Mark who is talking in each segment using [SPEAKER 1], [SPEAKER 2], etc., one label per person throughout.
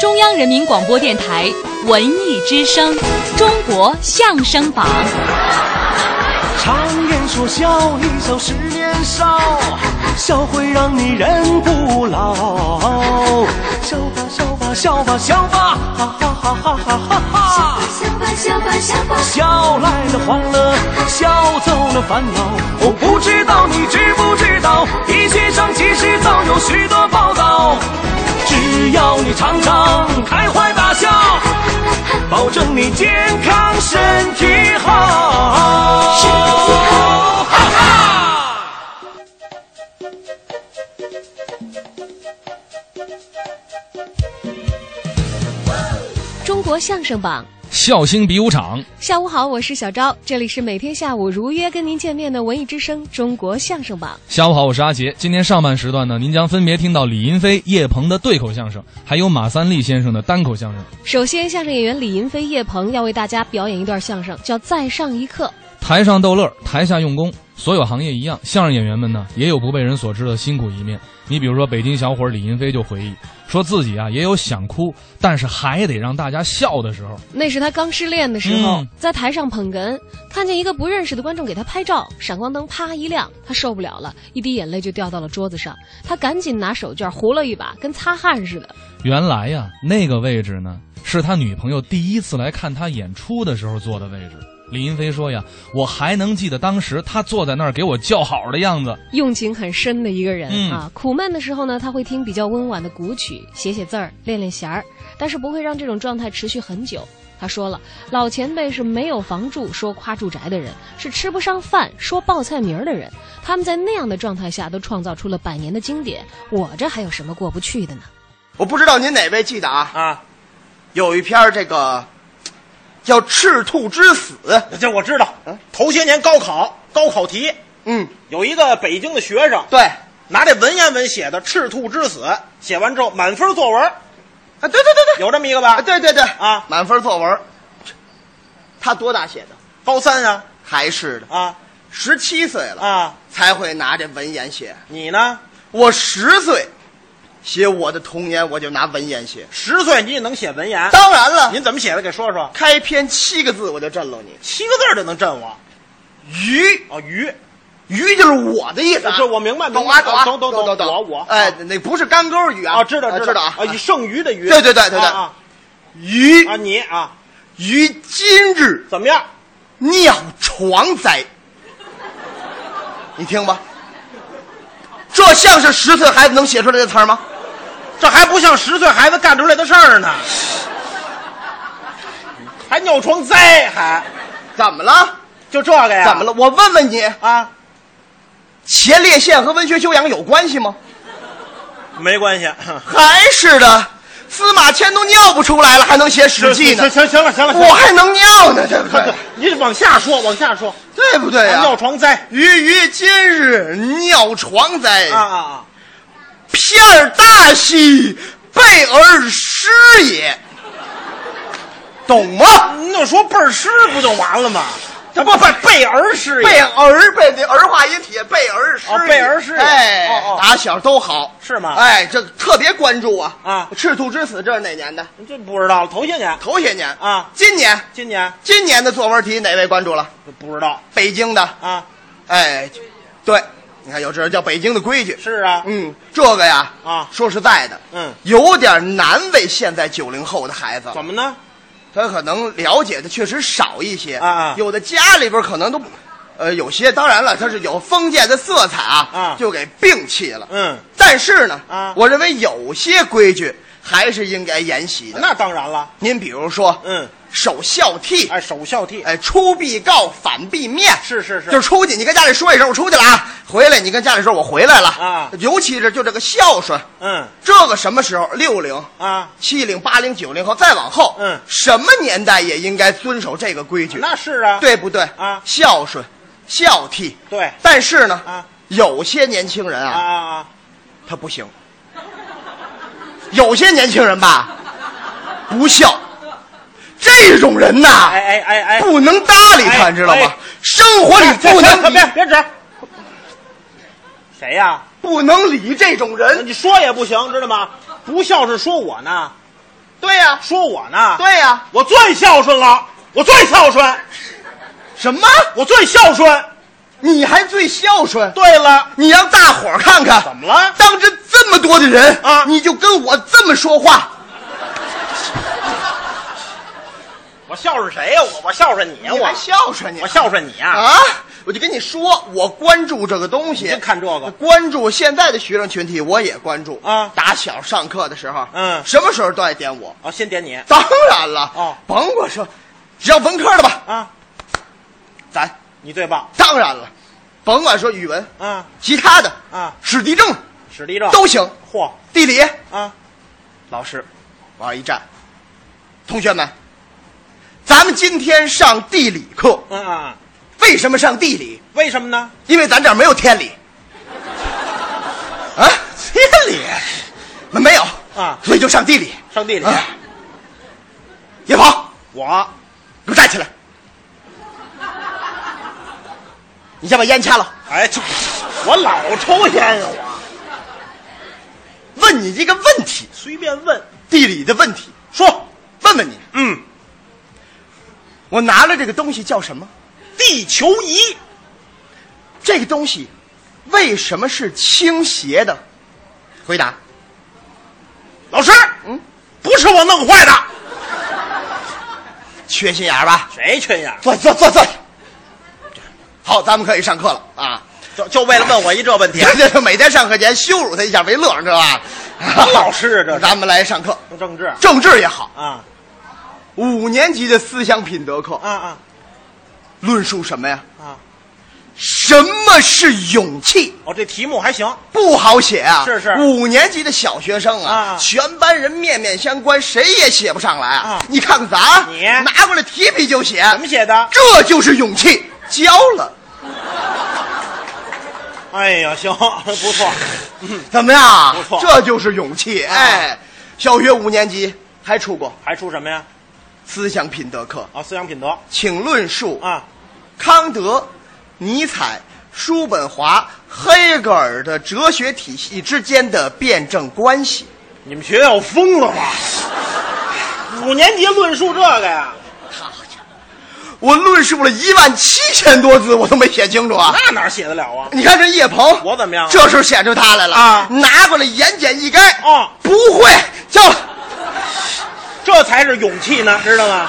[SPEAKER 1] 中央人民广播电台文艺之声《中国相声榜》。
[SPEAKER 2] 常言说笑一笑十年少，笑会让你人不老。笑吧笑吧笑吧笑吧，哈哈哈哈哈哈哈！
[SPEAKER 3] 笑吧笑吧笑吧，
[SPEAKER 2] 笑来了欢乐，笑走了烦恼。我不知道你知不知道，医学上其实早有许多报道。只要你常常开怀大笑，保证你健康身体好。身体好，哈哈。
[SPEAKER 4] 中国相声榜。
[SPEAKER 5] 笑星比武场，
[SPEAKER 4] 下午好，我是小昭，这里是每天下午如约跟您见面的文艺之声《中国相声榜》。
[SPEAKER 5] 下午好，我是阿杰。今天上半时段呢，您将分别听到李云飞、叶鹏的对口相声，还有马三立先生的单口相声。
[SPEAKER 4] 首先，相声演员李云飞、叶鹏要为大家表演一段相声，叫《再上一课》。
[SPEAKER 5] 台上逗乐，台下用功，所有行业一样，相声演员们呢也有不被人所知的辛苦一面。你比如说，北京小伙李云飞就回忆说自己啊也有想哭，但是还得让大家笑的时候。
[SPEAKER 4] 那是他刚失恋的时候，
[SPEAKER 5] 嗯
[SPEAKER 4] 在台上捧哏，看见一个不认识的观众给他拍照，闪光灯啪一亮，他受不了了，一滴眼泪就掉到了桌子上，他赶紧拿手绢糊了一把，跟擦汗似的。
[SPEAKER 5] 原来呀，那个位置呢，是他女朋友第一次来看他演出的时候坐的位置。李云飞说呀，我还能记得当时他坐在那儿给我叫好的样子。
[SPEAKER 4] 用情很深的一个人、
[SPEAKER 5] 嗯
[SPEAKER 4] 啊。苦闷的时候呢，他会听比较温婉的古曲，写写字儿，练练弦儿，但是不会让这种状态持续很久。他说了，老前辈是没有房住说夸住宅的人，是吃不上饭说报菜名儿的人。他们在那样的状态下都创造出了百年的经典，我这还有什么过不去的呢？
[SPEAKER 6] 我不知道您哪位记得啊？
[SPEAKER 2] 啊，
[SPEAKER 6] 有一篇这个叫《赤兔之死》，
[SPEAKER 2] 这我知道。头些年高考高考题，
[SPEAKER 6] 嗯，
[SPEAKER 2] 有一个北京的学生
[SPEAKER 6] 对，
[SPEAKER 2] 拿这文言文写的《赤兔之死》，写完之后满分作文。啊，对对对对，有这么一个吧
[SPEAKER 6] 啊，？对对对，
[SPEAKER 2] 啊
[SPEAKER 6] 满分作文，他多大写的？
[SPEAKER 2] 高三啊
[SPEAKER 6] 还是的，
[SPEAKER 2] 啊
[SPEAKER 6] 十七岁了
[SPEAKER 2] 啊！
[SPEAKER 6] 才会拿这文言写。
[SPEAKER 2] 你呢？
[SPEAKER 6] 我十岁写我的童年，我就拿文言写。
[SPEAKER 2] 十岁你也能写文言？
[SPEAKER 6] 当然了，
[SPEAKER 2] 您怎么写的？给说说，
[SPEAKER 6] 开篇七个字我就震了你，
[SPEAKER 2] 七个字儿就能震我。
[SPEAKER 6] 鱼
[SPEAKER 2] 哦，鱼，
[SPEAKER 6] 鱼就是我的意思啊，
[SPEAKER 2] 这我明白，
[SPEAKER 6] 懂
[SPEAKER 2] 明
[SPEAKER 6] 啊
[SPEAKER 2] 白
[SPEAKER 6] 懂啊
[SPEAKER 2] 懂懂
[SPEAKER 6] 懂懂，
[SPEAKER 2] 我我
[SPEAKER 6] 哎，那不是干钩鱼啊，
[SPEAKER 2] 啊，知道
[SPEAKER 6] 啊
[SPEAKER 2] 道
[SPEAKER 6] 知道啊，
[SPEAKER 2] 啊，剩余的鱼，
[SPEAKER 6] 对对对对对
[SPEAKER 2] 啊啊
[SPEAKER 6] 鱼
[SPEAKER 2] 啊，你啊，
[SPEAKER 6] 于今日
[SPEAKER 2] 怎么样？
[SPEAKER 6] 尿床哉。你听吧，这像是十岁孩子能写出来的词儿吗？
[SPEAKER 2] 这还不像十岁孩子干出来的事儿呢，还尿床灾，还
[SPEAKER 6] 怎么了？
[SPEAKER 2] 就这个呀？
[SPEAKER 6] 怎么了？我问问你，
[SPEAKER 2] 啊？
[SPEAKER 6] 前列腺和文学修养有关系吗？
[SPEAKER 2] 没关系，
[SPEAKER 6] 还是的，司马迁都尿不出来了，还能写《史记》呢
[SPEAKER 2] 行？行行了行了，行了
[SPEAKER 6] 我还能尿呢，对不 对？
[SPEAKER 2] 你往下说，往下说，
[SPEAKER 6] 对不对呀、
[SPEAKER 2] 尿床灾
[SPEAKER 6] 于于今日尿床哉，
[SPEAKER 2] 啊啊啊！
[SPEAKER 6] 片儿大兮，备而失也，懂吗？
[SPEAKER 2] 你就说倍儿湿不就完了吗？这不背背儿湿
[SPEAKER 6] 背
[SPEAKER 2] 也
[SPEAKER 6] 儿背的儿化音体，背儿诗，
[SPEAKER 2] 哦背儿诗
[SPEAKER 6] 哎，
[SPEAKER 2] 哦哦
[SPEAKER 6] 打小都好，
[SPEAKER 2] 是吗
[SPEAKER 6] 哎，这特别关注啊
[SPEAKER 2] 啊
[SPEAKER 6] 赤兔之死这是哪年的？
[SPEAKER 2] 这不知道了，头些年，
[SPEAKER 6] 头些年
[SPEAKER 2] 啊
[SPEAKER 6] 今年
[SPEAKER 2] 今年
[SPEAKER 6] 今年的作文题哪位关注了？
[SPEAKER 2] 不知道
[SPEAKER 6] 北京的，
[SPEAKER 2] 啊？
[SPEAKER 6] 哎，对，你看有这叫北京的规矩，
[SPEAKER 2] 是啊，
[SPEAKER 6] 嗯，这个呀
[SPEAKER 2] 啊
[SPEAKER 6] 说实在的，
[SPEAKER 2] 嗯
[SPEAKER 6] 有点难为现在九零后的孩子，
[SPEAKER 2] 怎么呢？
[SPEAKER 6] 他可能了解的确实少一些
[SPEAKER 2] 啊啊
[SPEAKER 6] 有的家里边可能都，呃，有些当然了，它是有封建的色彩啊，
[SPEAKER 2] 啊
[SPEAKER 6] 就给摒弃了。
[SPEAKER 2] 嗯，
[SPEAKER 6] 但是呢，
[SPEAKER 2] 啊
[SPEAKER 6] 我认为有些规矩还是应该沿袭的。
[SPEAKER 2] 那当然了，
[SPEAKER 6] 您比如说，
[SPEAKER 2] 嗯，
[SPEAKER 6] 守孝悌，
[SPEAKER 2] 哎，首孝悌，
[SPEAKER 6] 哎，出必告，反必面，
[SPEAKER 2] 是是是
[SPEAKER 6] 就出去，你跟家里说一声，我出去了啊，回来你跟家里说我回来了
[SPEAKER 2] 啊
[SPEAKER 6] 尤其是就这个孝顺，
[SPEAKER 2] 嗯
[SPEAKER 6] 这个什么时候？六零
[SPEAKER 2] 啊，
[SPEAKER 6] 七零、八零、九零后，再往后，
[SPEAKER 2] 嗯
[SPEAKER 6] 什么年代也应该遵守这个规矩，
[SPEAKER 2] 那是啊，
[SPEAKER 6] 对不对？
[SPEAKER 2] 啊
[SPEAKER 6] 孝顺、孝悌，
[SPEAKER 2] 对
[SPEAKER 6] 但是呢，
[SPEAKER 2] 啊
[SPEAKER 6] 有些年轻人
[SPEAKER 2] 啊
[SPEAKER 6] 啊，
[SPEAKER 2] 啊啊，
[SPEAKER 6] 他不行。有些年轻人吧，不孝，这种人呐，
[SPEAKER 2] 哎哎哎哎，
[SPEAKER 6] 不能搭理他，
[SPEAKER 2] 哎
[SPEAKER 6] 你知道吗
[SPEAKER 2] 哎？
[SPEAKER 6] 生活里不
[SPEAKER 3] 哎
[SPEAKER 6] 能
[SPEAKER 2] 别
[SPEAKER 6] 理
[SPEAKER 2] 别指，谁呀？
[SPEAKER 6] 不能理这种人，
[SPEAKER 2] 你说也不行，知道吗？不孝是说我呢，
[SPEAKER 6] 对呀、
[SPEAKER 3] 说我呢？，
[SPEAKER 6] 对呀、
[SPEAKER 3] 我最孝顺了，我最孝顺，
[SPEAKER 6] 什么？
[SPEAKER 3] 我最孝顺。
[SPEAKER 6] 你还最孝顺？
[SPEAKER 3] 对了，
[SPEAKER 6] 你让大伙儿看看，
[SPEAKER 3] 怎么了
[SPEAKER 6] 当着这么多的人
[SPEAKER 3] 啊
[SPEAKER 6] 你就跟我这么说话，
[SPEAKER 3] 我孝顺谁呀、我我孝顺你呀、
[SPEAKER 6] 你还
[SPEAKER 3] 我
[SPEAKER 6] 孝顺你
[SPEAKER 3] 我孝顺你呀、
[SPEAKER 6] 啊？我就跟你说，我关注这个东西，
[SPEAKER 3] 你就看这个
[SPEAKER 6] 关注现在的学生群体，我也关注
[SPEAKER 3] 啊
[SPEAKER 6] 打小上课的时候，
[SPEAKER 3] 嗯
[SPEAKER 6] 什么时候都爱点我，
[SPEAKER 3] 哦，先点你
[SPEAKER 6] 当然了，
[SPEAKER 3] 哦
[SPEAKER 6] 甭我说，只要文科的吧，
[SPEAKER 3] 啊，
[SPEAKER 6] 咱
[SPEAKER 3] 你最棒
[SPEAKER 6] 当然了，甭管说语文、
[SPEAKER 3] 啊，
[SPEAKER 6] 其他的
[SPEAKER 3] 啊
[SPEAKER 6] 史地政
[SPEAKER 3] 史立正
[SPEAKER 6] 都行，
[SPEAKER 3] 嚯
[SPEAKER 6] 地理
[SPEAKER 3] 啊，
[SPEAKER 6] 老师往上一站，同学们，咱们今天上地理课，
[SPEAKER 3] 嗯啊，
[SPEAKER 6] 为什么上地理？
[SPEAKER 3] 为什么呢？
[SPEAKER 6] 因为咱这儿没有天理。啊，天理没没有
[SPEAKER 3] 啊
[SPEAKER 6] 所以就上地理。
[SPEAKER 3] 上地理
[SPEAKER 6] 啊叶鹏，
[SPEAKER 3] 我
[SPEAKER 6] 给我站起来！你先把烟掐了。
[SPEAKER 3] 哎，这我老抽烟啊，我
[SPEAKER 6] 问你一个问题，
[SPEAKER 3] 随便问
[SPEAKER 6] 地理的问题，
[SPEAKER 3] 说，
[SPEAKER 6] 问问你，
[SPEAKER 3] 嗯，
[SPEAKER 6] 我拿了这个东西叫什么？
[SPEAKER 3] 地球仪
[SPEAKER 6] 这个东西为什么是倾斜的？回答。
[SPEAKER 3] 老师，
[SPEAKER 6] 嗯，
[SPEAKER 3] 不是我弄坏的，
[SPEAKER 6] 缺心眼儿吧？
[SPEAKER 3] 谁缺眼？
[SPEAKER 6] 坐坐坐坐。好，咱们可以上课了啊！
[SPEAKER 3] 就就为了问我一这问题
[SPEAKER 6] 这这每天上课前羞辱他一下为乐，知道吧？
[SPEAKER 3] 老师啊这是
[SPEAKER 6] 咱们来上课，
[SPEAKER 3] 政治
[SPEAKER 6] 政治也好，
[SPEAKER 3] 啊
[SPEAKER 6] 五年级的思想品德课
[SPEAKER 3] 啊啊
[SPEAKER 6] 论述什么呀？
[SPEAKER 3] 啊！
[SPEAKER 6] 什么是勇气？
[SPEAKER 3] 哦，这题目还行，
[SPEAKER 6] 不好写啊！
[SPEAKER 3] 是是
[SPEAKER 6] 五年级的小学生啊，
[SPEAKER 3] 啊
[SPEAKER 6] 全班人面面相关，谁也写不上来
[SPEAKER 3] 啊
[SPEAKER 6] 你看看咱，
[SPEAKER 3] 你
[SPEAKER 6] 拿过来提笔就写，
[SPEAKER 3] 怎么写的？
[SPEAKER 6] 这就是勇气。交了，
[SPEAKER 3] 哎呀，行，不错，
[SPEAKER 6] 怎么样？
[SPEAKER 3] 不错
[SPEAKER 6] 这就是勇气。哎，小学五年级还出过
[SPEAKER 3] 还出什么呀？
[SPEAKER 6] 思想品德课，
[SPEAKER 3] 啊，思想品德
[SPEAKER 6] 请论述
[SPEAKER 3] 啊，
[SPEAKER 6] 康德、尼采、叔本华、黑格尔的哲学体系之间的辩证关系。
[SPEAKER 3] 你们学校疯了吧？ 五年级论述这个呀？
[SPEAKER 6] 我论述了一万七千多字，我都没写清楚啊！
[SPEAKER 3] 那哪写得了啊？
[SPEAKER 6] 你看这叶鹏，
[SPEAKER 3] 我怎么样啊
[SPEAKER 6] 这时候显出他来了
[SPEAKER 3] 啊
[SPEAKER 6] 拿过来言简意赅。
[SPEAKER 3] 哦
[SPEAKER 6] 不会，叫
[SPEAKER 3] 这才是勇气呢，知道吗？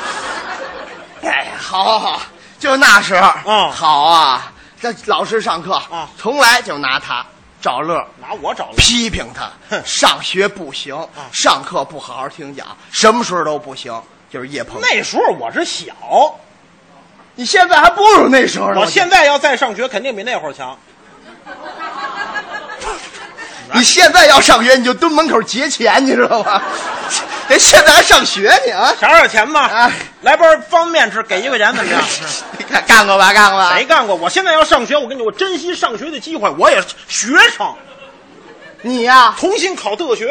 [SPEAKER 6] 哎呀，好好好，就那时候，
[SPEAKER 3] 嗯
[SPEAKER 6] 好啊，这老师上课
[SPEAKER 3] 啊
[SPEAKER 6] 从来就拿他找乐儿。
[SPEAKER 3] 拿我找乐，
[SPEAKER 6] 批评他，
[SPEAKER 3] 哼哦
[SPEAKER 6] 上学不行，上课不好好听讲，什么时候都不行，就是叶鹏。
[SPEAKER 3] 那时候我是小，
[SPEAKER 6] 你现在还不如那时候呢。
[SPEAKER 3] 啊我现在要再上学，肯定比那会儿强。
[SPEAKER 6] 你现在要上学，你就蹲门口劫钱，你知道吗？人现在还上学你啊？
[SPEAKER 3] 想想有钱吧，
[SPEAKER 6] 啊
[SPEAKER 3] 来包方便面吃，给一块钱怎么样？
[SPEAKER 6] 你看 干过吧，干过吧
[SPEAKER 3] 谁。干过？我现在要上学，我跟你，我珍惜上学的机会。我也是学生，
[SPEAKER 6] 你呀、
[SPEAKER 3] 重新考特学，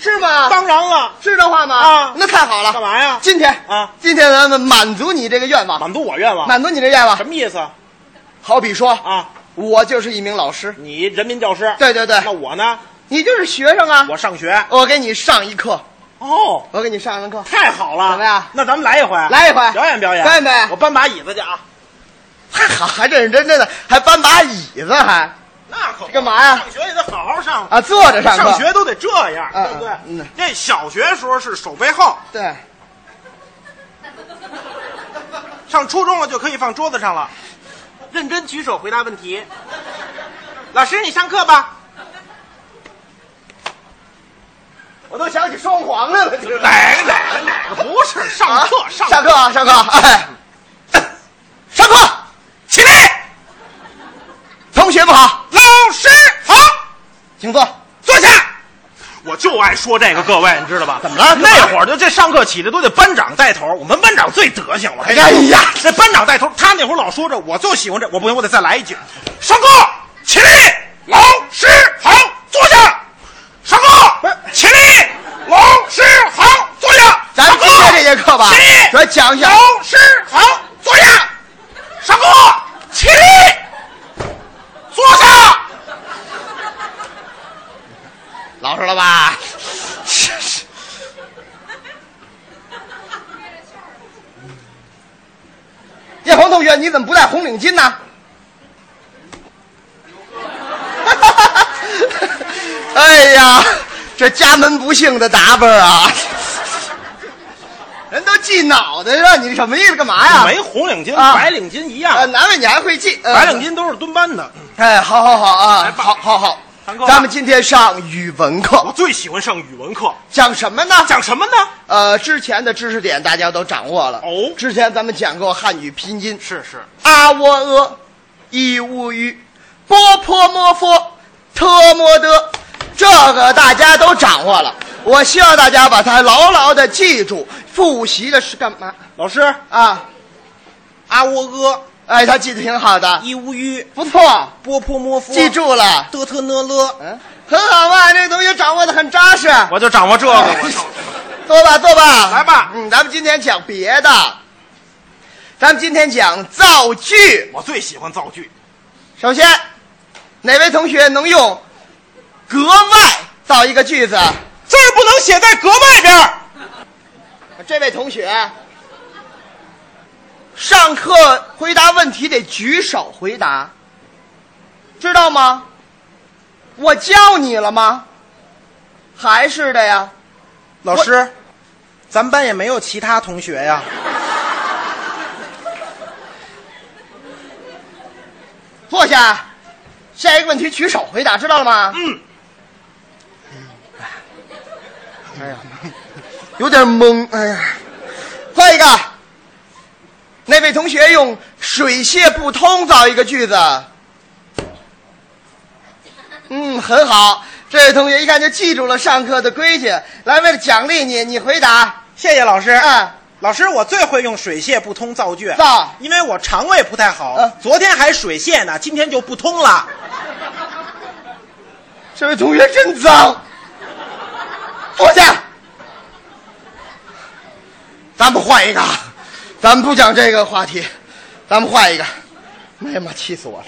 [SPEAKER 6] 是吗？
[SPEAKER 3] 当然了，
[SPEAKER 6] 是这话吗？
[SPEAKER 3] 啊
[SPEAKER 6] 那太好了。
[SPEAKER 3] 干嘛呀
[SPEAKER 6] 今天
[SPEAKER 3] 啊
[SPEAKER 6] 今天咱们满足你这个愿望，
[SPEAKER 3] 满足我愿望。
[SPEAKER 6] 满足你这愿望
[SPEAKER 3] 什。么意思
[SPEAKER 6] 好比说，
[SPEAKER 3] 啊？
[SPEAKER 6] 我就是一名老师，
[SPEAKER 3] 你人民教师，
[SPEAKER 6] 对对对
[SPEAKER 3] 那我呢？
[SPEAKER 6] 你就是学生啊。
[SPEAKER 3] 我上学。
[SPEAKER 6] 我给你上一课，
[SPEAKER 3] 哦，
[SPEAKER 6] 我给你上一堂课。
[SPEAKER 3] 太好了，
[SPEAKER 6] 怎么样
[SPEAKER 3] 那咱们来一回，
[SPEAKER 6] 来一回
[SPEAKER 3] 表演表演，
[SPEAKER 6] 表演表演
[SPEAKER 3] 我搬把椅子去啊。
[SPEAKER 6] 还还认认真真的，还搬把椅子还
[SPEAKER 3] 那可不
[SPEAKER 6] 干嘛呀
[SPEAKER 3] 上学也得好好上
[SPEAKER 6] 啊，坐着上课。
[SPEAKER 3] 上学都得这样，
[SPEAKER 6] 嗯
[SPEAKER 3] 对不对？
[SPEAKER 6] 嗯嗯
[SPEAKER 3] 这小学时候是手背后，
[SPEAKER 6] 对，
[SPEAKER 3] 上初中了就可以放桌子上了。认真举手回答问题。老师，你上课吧。
[SPEAKER 6] 我都想起双簧来了，你知道吗
[SPEAKER 3] 哪个哪个哪个不是上
[SPEAKER 6] 啊
[SPEAKER 3] 课上
[SPEAKER 6] 上课啊上课啊，哎，上课，起立。同学们好，
[SPEAKER 3] 老师好，
[SPEAKER 6] 请坐。
[SPEAKER 3] 坐下。我就爱说这个，各位你知道吧？
[SPEAKER 6] 怎么了
[SPEAKER 3] 那会儿就这上课起来都得班长带头，我们班长最德行了。
[SPEAKER 6] 哎呀
[SPEAKER 3] 这班长带头，他那会儿老说这，我就喜欢这，我不行，我得再来一句。上课，起立，老师好，坐下。上课，起立，老师好，坐下。
[SPEAKER 6] 咱
[SPEAKER 3] 上课
[SPEAKER 6] 今天这节课吧
[SPEAKER 3] 起立，
[SPEAKER 6] 主要讲一下
[SPEAKER 3] 老师好，坐下。上课，起立，坐下。
[SPEAKER 6] 老实了吧？奏乐你怎么不戴红领巾呢？ 哎呀，这家门不幸的打扮啊！人都系脑袋上，你什么意思？干嘛呀？
[SPEAKER 3] 没红领巾，
[SPEAKER 6] 啊
[SPEAKER 3] 白领巾一
[SPEAKER 6] 呃，
[SPEAKER 3] 样，
[SPEAKER 6] 难为你还会系、呃
[SPEAKER 3] 白领。巾都是蹲班的。
[SPEAKER 6] 哎，好好好啊
[SPEAKER 3] 哎，爸
[SPEAKER 6] 好好好
[SPEAKER 3] 堂哥，
[SPEAKER 6] 咱们今天上语文
[SPEAKER 3] 我
[SPEAKER 6] 课，
[SPEAKER 3] 最喜欢上语文课，
[SPEAKER 6] 讲什么呢？
[SPEAKER 3] 讲什么呢？
[SPEAKER 6] 呃，之前的知识点大家都掌握了。
[SPEAKER 3] 哦
[SPEAKER 6] 之前咱们讲过汉语拼音，
[SPEAKER 3] 是是，
[SPEAKER 6] 啊喔呃，一乌鱼，波泼摸佛，特么的，这个大家都掌握了。我希望大家把它牢牢的记住。复习的是干嘛
[SPEAKER 3] 老师，
[SPEAKER 6] 啊？
[SPEAKER 3] 阿窝哥，
[SPEAKER 6] 哎，他记得挺好的，
[SPEAKER 3] 一乌吁，
[SPEAKER 6] 不错，
[SPEAKER 3] 波泼摸佛，
[SPEAKER 6] 记住了。
[SPEAKER 3] 的特呢了，
[SPEAKER 6] 嗯，很好嘛，这个同学掌握的很扎实。
[SPEAKER 3] 我就掌握这个。哎我操
[SPEAKER 6] 坐吧，坐吧，
[SPEAKER 3] 来吧
[SPEAKER 6] 嗯，咱们今天讲别的，咱们今天讲造句。
[SPEAKER 3] 我最喜欢造句，
[SPEAKER 6] 首先，哪位同学能用“格外”造一个句子？
[SPEAKER 3] 字儿不能写在格外边儿。
[SPEAKER 6] 这位同学，上课回答问题得举手回答，知道吗？我叫你了吗？还是的呀。
[SPEAKER 3] 老师，咱们班也没有其他同学呀。
[SPEAKER 6] 坐下，下一个问题举手回答，知道了吗？
[SPEAKER 3] 嗯。
[SPEAKER 6] 哎呀，有点懵，哎呀。换一个，那位同学用“水泄不通”造一个句子。嗯，很好。这位同学一看就记住了上课的规矩。来，为了奖励你，你回答。
[SPEAKER 7] 谢谢老师。
[SPEAKER 6] 啊嗯，
[SPEAKER 7] 老师，我最会用水泄不通造句，啊
[SPEAKER 6] 造
[SPEAKER 7] 因为我肠胃不太好，
[SPEAKER 6] 嗯
[SPEAKER 7] 昨天还水泄呢，今天就不通了。
[SPEAKER 6] 这位同学真脏，坐下。咱们换一个啊，咱们不讲这个话题，咱们换一个。哎呀妈，气死我了！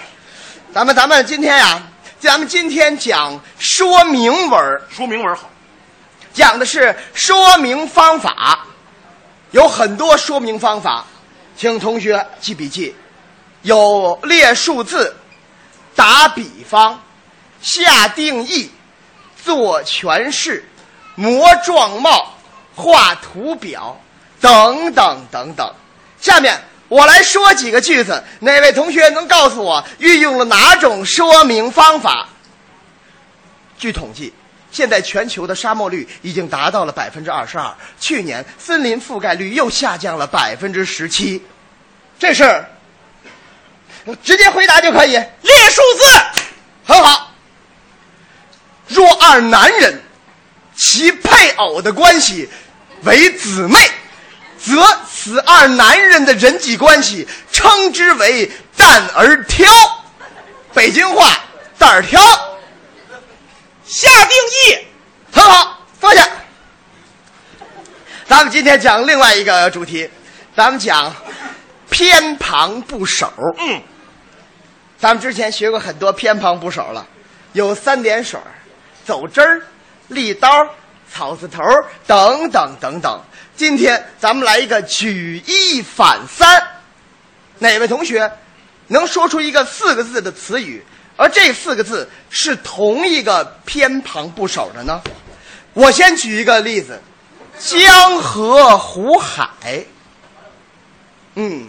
[SPEAKER 6] 咱们咱们今天呀、咱们今天讲说明文儿，
[SPEAKER 3] 说明文好，
[SPEAKER 6] 讲的是说明方法，有很多说明方法，请同学记笔记。有列数字、打比方、下定义、做诠释、模状貌、画图表等等等等。下面我来说几个句子，哪位同学能告诉我运用了哪种说明方法？据统计，现在全球的沙漠率已经达到了百分之二十二，去年森林覆盖率又下降了百分之十七。这事儿直接回答就可以，
[SPEAKER 3] 列数字，
[SPEAKER 6] 很好。若二男人其配偶的关系为姊妹，则此二男人的人际关系称之为“蛋儿挑”，北京话“蛋儿挑”。
[SPEAKER 3] 下定义，
[SPEAKER 6] 很好，坐下。咱们今天讲另外一个主题，咱们讲偏旁部首。
[SPEAKER 3] 嗯，
[SPEAKER 6] 咱们之前学过很多偏旁部首了，有三点水儿、走之儿、立刀儿、草字头儿等等等等。今天咱们来一个举一反三，哪位同学能说出一个四个字的词语，而这四个字是同一个偏旁部首的呢？我先举一个例子：江河湖海。嗯，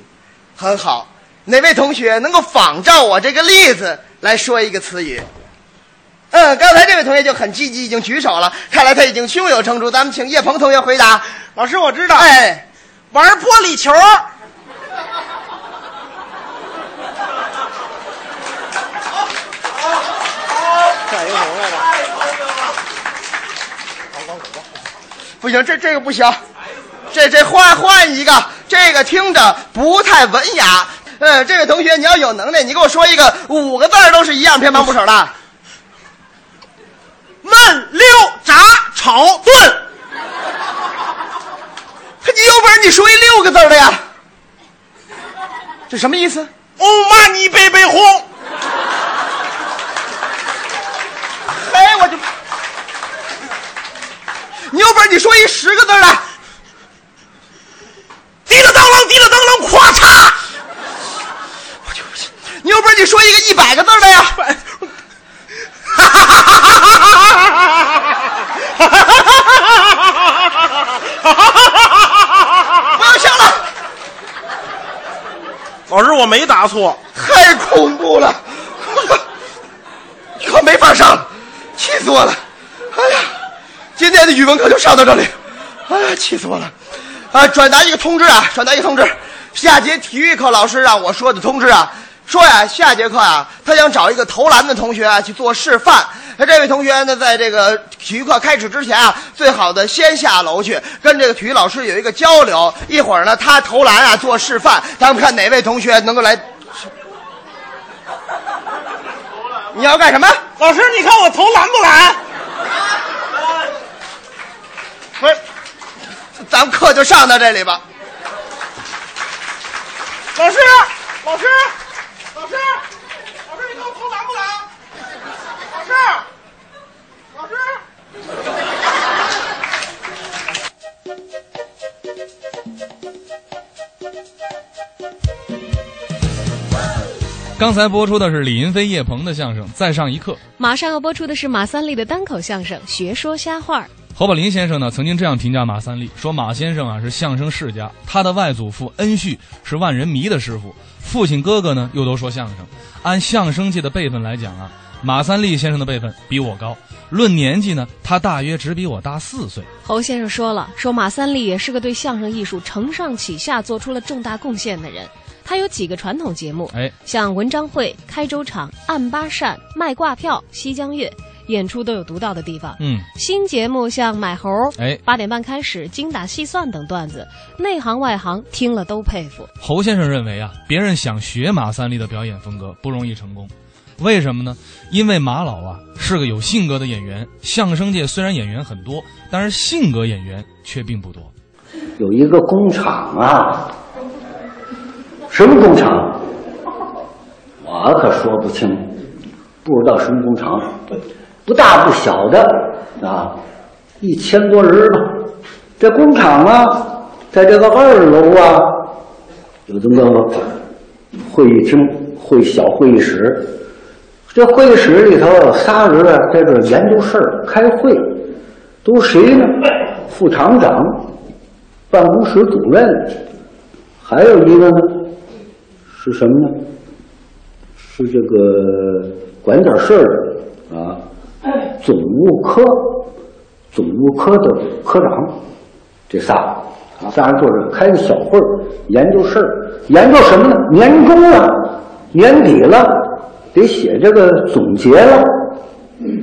[SPEAKER 6] 很好。哪位同学能够仿照我这个例子来说一个词语？嗯，刚才这位同学就很积极，已经举手了，看来他已经胸有成竹。咱们请叶鹏同学回答。
[SPEAKER 7] 老师，我知道，
[SPEAKER 6] 哎，
[SPEAKER 7] 玩玻璃球，
[SPEAKER 6] 不行，这这个不行，这这换换一个，这个听着不太文雅。嗯，这位同学，你要有能耐，你给我说一个五个字儿都是一样偏旁部首的。
[SPEAKER 3] 焖、溜、炸、炒、炖，
[SPEAKER 6] 你有本事你说一六个字儿的呀？这什么意思？
[SPEAKER 3] 哦妈你贝贝轰，
[SPEAKER 6] 哎，我就，你有本事你说一十个字儿的。
[SPEAKER 3] 滴了当啷，滴了当啷，咵嚓，
[SPEAKER 6] 不要笑了，
[SPEAKER 7] 老师，我没答错，
[SPEAKER 6] 太恐怖了， 以后没法上了，气死我了！哎呀，今天的语文课就上到这里，哎呀，气死我了！啊，转达一个通知啊，转达一个通知，下节体育课老师让我说的通知啊，说呀，下节课啊，他想找一个投篮的同学啊去做示范。那这位同学呢，在这个体育课开始之前啊，最好的先下楼去跟这个体育老师有一个交流。一会儿呢，他投篮啊做示范，咱们看哪位同学能够来。你要干什么？
[SPEAKER 7] 老师，你看我头蓝不蓝？
[SPEAKER 6] 不是，咱们课就上到这里吧。
[SPEAKER 7] 老师，老师，老师，老师，你看我头蓝不蓝？老师，老师。
[SPEAKER 5] 刚才播出的是李云飞、叶鹏的相声《再上一课》。
[SPEAKER 4] 马上要播出的是马三立的单口相声《学说瞎话》。
[SPEAKER 5] 侯宝林先生呢，曾经这样评价马三立，说马先生啊是相声世家，他的外祖父恩绪是万人迷的师傅，父亲哥哥呢又都说相声。按相声界的辈分来讲啊，马三立先生的辈分比我高，论年纪呢，他大约只比我大四岁。
[SPEAKER 4] 侯先生说了，说马三立也是个对相声艺术承上启下、做出了重大贡献的人。他有几个传统节目，
[SPEAKER 5] 哎，
[SPEAKER 4] 像文章会、开州场、暗八扇、卖挂票、西江月，演出都有独到的地方。
[SPEAKER 5] 嗯，
[SPEAKER 4] 新节目像买猴，
[SPEAKER 5] 哎
[SPEAKER 4] 八点半开始，精打细算等段子，内行外行听了都佩服。
[SPEAKER 5] 侯先生认为啊，别人想学马三立的表演风格不容易成功，为什么呢？因为马老啊是个有性格的演员，相声界虽然演员很多，但是性格演员却并不多。
[SPEAKER 8] 有一个工厂啊，什么工厂？我可说不清，不知道什么工厂，不大不小的啊，一千多人吧。这工厂啊，在这个二楼啊，有这么个会议厅、会小会议室。这会议室里头有仨人啊，在这儿研究事儿、开会，都谁呢？副厂长、办公室主任，还有一个呢，是什么呢？是这个管点事儿的啊，总务科，总务科的科长，这仨啊，仨人坐着开个小会儿，研究事儿，研究什么呢？年终了，年底了，得写这个总结了。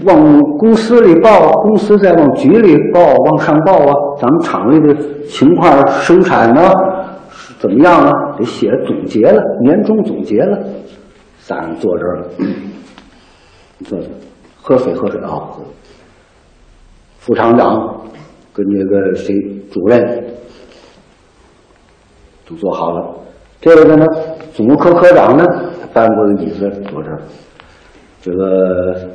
[SPEAKER 8] 往公司里报，公司再往局里报，往上报啊。咱们厂里的情况、生产呢，是怎么样啊？得写总结了，年终总结了。仨人坐这儿了，坐这儿喝水喝水啊。副厂长跟那个谁主任都坐好了，这个呢，总务科科长呢搬过个椅子坐这儿，这个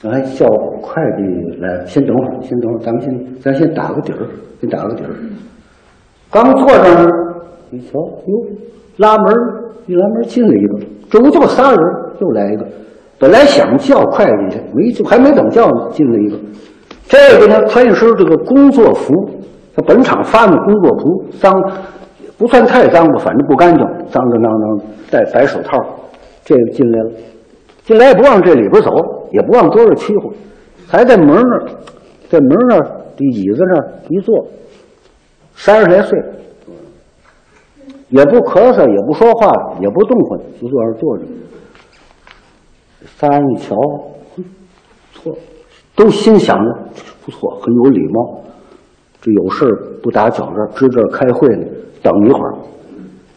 [SPEAKER 8] 咱还叫快递来，先等会儿，先等会儿，咱们先咱先打个底儿，先打个底儿。刚坐上呢，一瞧，哟，拉门儿一拉门儿进来一个，这不就仨人儿，又来一个。本来想叫快递去，没就还没等叫呢，进来一个。这个呢，穿一身这个工作服，他本厂发的工作服，脏不算太脏吧，反正不干净，脏脏脏脏的，戴白手套。这个进来了，进来也不往这里边走，也不往桌上欺负，还在门那儿，在门那儿这椅子那儿一坐，三十来岁，也不咳嗽，也不说话，也不动弹，就坐那儿坐着。仨人一瞧，嗯不错，都心想着不错，很有礼貌，这有事儿不打搅这儿，知这儿开会呢，等一会儿。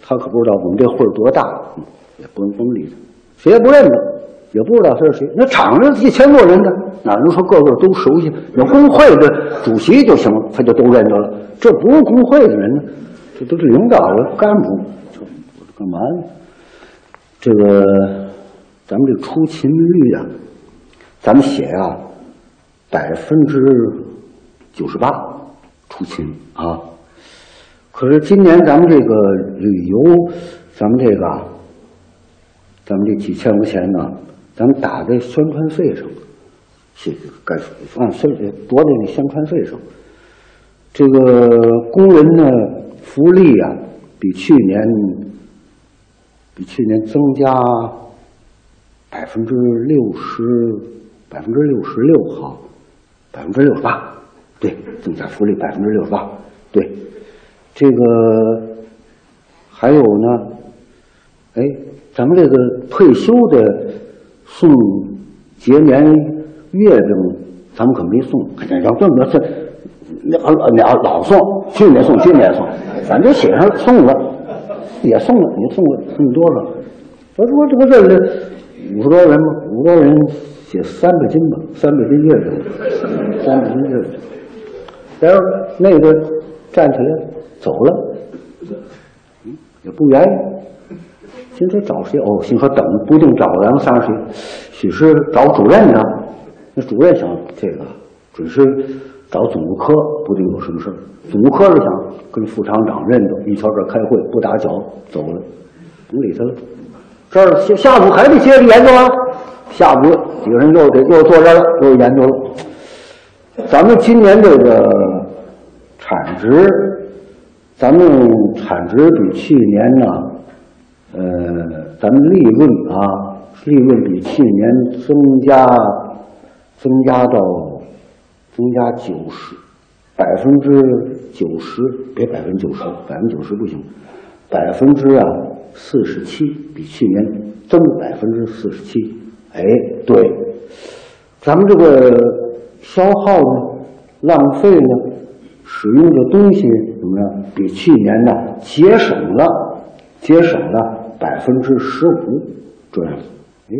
[SPEAKER 8] 他可不知道我们这会儿多大，嗯也不能甭理他，谁也不认得，也不知道他是谁。那厂子一千多人呢，哪能说个个都熟悉？有工会的主席就行了，他就都认得了。这不是工会的人呢，这都是领导了，干部。这我这干嘛呢？这个咱们这出勤率啊，咱们写啊，百分之九十八出勤啊。可是今年咱们这个旅游，咱们这个啊，咱们这几千块钱呢，咱们打在宣传费上，啊这个该说的说按税夺的那相关税上，这个工人呢福利啊，比去年比去年增加百分之六十，百分之六十六哈，百分之六十八，对，增加福利百分之六十八，对，这个还有呢，哎，咱们这个退休的送节年月饼，咱们可没送，哎呀，要这么这，那啊那老送，去年送，今年送，咱就写上送了，也送了，你送了送多少？我说这不这这五十多人吗？五十多人写三百斤吧，三百斤月饼，三百斤月饼。然后那个站起来走了，嗯也不愿意。心说找谁？哦，心说等不定找咱们仨谁，许是找主任呢。那主任想这个，准是找总务科，不定有什么事儿。总务科是想跟副厂长认得，一瞧这开会，不打搅走了，不理他了。这儿下下午还得接着研究啊，下午几个人又得又坐这儿了，又研究了。咱们今年这个产值，咱们产值比去年呢，呃，咱们利润啊，利润比去年增加，增加到增加九十，百分之九十，别百分之九十，百分之九十不行，百分之啊四十七，比去年增百分之四十七，哎，对，咱们这个消耗呢、浪费呢、使用的东西怎么样？比去年呢节省了，节省了百分之十五，这样。哎，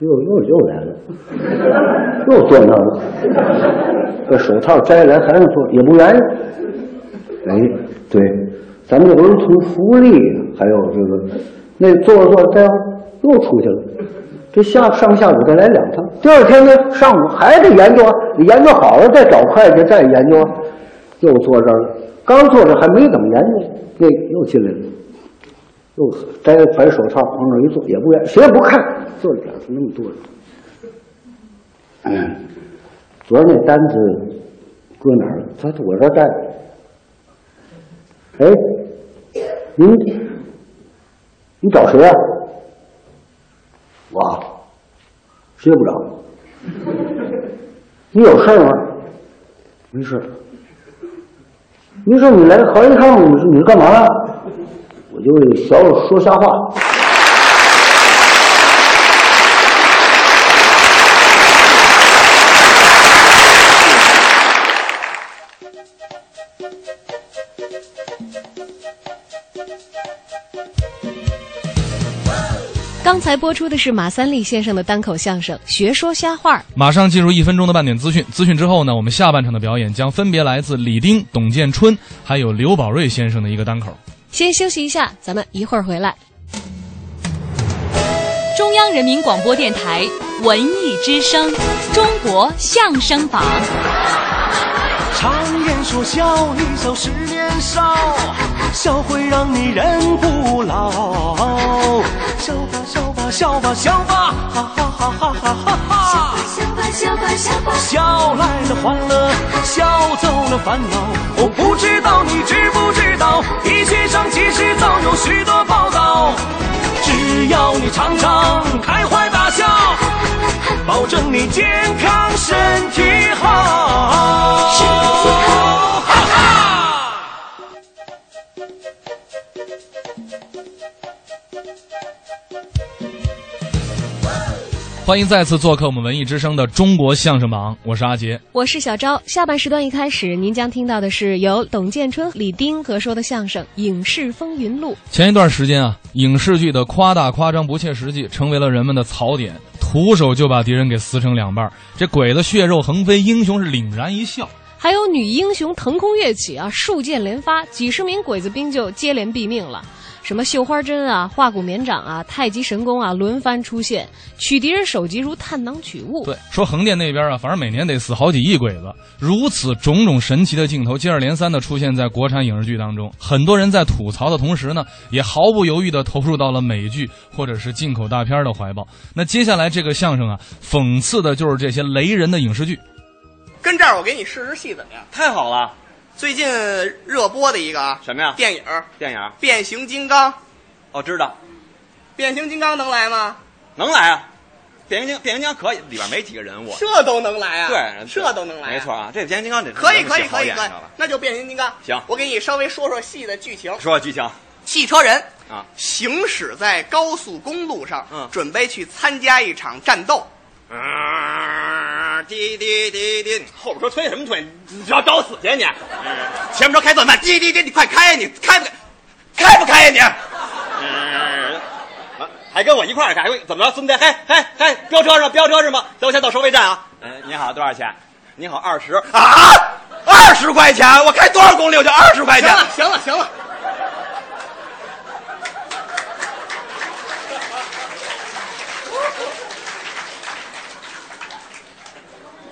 [SPEAKER 8] 又又又来了，又做那了。把手套摘来还让做，也不愿意。哎，对，咱们这儿童福利还有这个，那做着做着，待会儿又出去了。这下上下午再来两趟，第二天呢上午还得研究啊，研究好了再找会计再研究啊，又坐这儿了。刚坐这儿还没怎么研究，那又进来了，又摘白手套往那儿一坐，也不愿意谁也不看，就两头那么坐着。嗯，昨儿那单子搁哪儿了？他说我这儿带着。哎，您你找谁啊？我啊谁也不找。你有事儿吗？没事儿。没事儿，你来好一趟，你说你是干嘛呀？我就小说瞎话。
[SPEAKER 4] 刚才播出的是马三立先生的单口相声《学说瞎话》。
[SPEAKER 5] 马上进入一分钟的半点资讯，资讯之后呢，我们下半场的表演将分别来自李丁、董建春还有刘宝瑞先生的一个单口。
[SPEAKER 4] 先休息一下，咱们一会儿回来。
[SPEAKER 1] 中央人民广播电台文艺之声《中国相声榜》。
[SPEAKER 2] 常言说笑一笑十年少，笑会让你人不老。笑吧笑吧笑吧笑吧，哈哈哈哈哈哈哈！
[SPEAKER 9] 笑吧笑吧笑吧
[SPEAKER 2] 笑来了欢乐，笑走了烦恼。我不知道你知不知道，医学上其实早有许多报道。只要你常常开怀大笑，保证你健康身体好。身体好，哈哈。
[SPEAKER 5] 欢迎再次做客我们文艺之声的中国相声榜，我是阿杰。
[SPEAKER 4] 我是小昭。下半时段一开始，您将听到的是由董建春、李丁合说的相声《影视风云录》。
[SPEAKER 5] 前一段时间啊，影视剧的夸大、夸张、不切实际，成为了人们的槽点，徒手就把敌人给撕成两半儿。这鬼子血肉横飞，英雄是凛然一笑。
[SPEAKER 4] 还有女英雄腾空跃起啊，数箭连发，几十名鬼子兵就接连毙命了。什么绣花针啊、化骨绵掌啊、太极神功啊轮番出现，取敌人首级如探囊取物。
[SPEAKER 5] 对，说横店那边啊，反正每年得死好几亿鬼子。如此种种神奇的镜头接二连三的出现在国产影视剧当中，很多人在吐槽的同时呢，也毫不犹豫的投入到了美剧或者是进口大片的怀抱。那接下来这个相声啊，讽刺的就是这些雷人的影视剧。
[SPEAKER 7] 跟这儿我给你试试戏怎么样？
[SPEAKER 9] 太好了，
[SPEAKER 7] 最近热播的一个啊，
[SPEAKER 9] 什么呀？
[SPEAKER 7] 电影《
[SPEAKER 9] 电影？
[SPEAKER 7] 变形金刚》，
[SPEAKER 9] 哦，知道，
[SPEAKER 7] 变形金刚能来吗？
[SPEAKER 9] 能来啊。变形金变形金刚可以，里边没几个人物。
[SPEAKER 7] 这都能来啊？
[SPEAKER 9] 对，
[SPEAKER 7] 这都能来、啊，
[SPEAKER 9] 没错啊。这变形金刚得
[SPEAKER 7] 可以，可以，可以，可以
[SPEAKER 9] 知道吧，
[SPEAKER 7] 那就变形金刚。
[SPEAKER 9] 行
[SPEAKER 7] 我给你稍微说说戏的剧情。
[SPEAKER 9] 说说啊剧情，
[SPEAKER 7] 汽车人
[SPEAKER 9] 啊
[SPEAKER 7] 行驶在高速公路上，
[SPEAKER 9] 嗯
[SPEAKER 7] 准备去参加一场战斗。
[SPEAKER 9] 啊，滴滴滴滴，后边车推什么推？你要找死去你！前面车开断慢，滴滴滴，你快开呀你，开不开？开不开呀你？嗯啊还跟我一块儿开，还跟我怎么着？孙子，嘿嘿嘿，飙车是吗？飙车是吗？等我先到收费站啊。嗯，你好，多少钱？你好，二十啊，二十块钱，我开多少公里我就二十块
[SPEAKER 7] 行
[SPEAKER 9] 钱。
[SPEAKER 7] 了，行了，行了。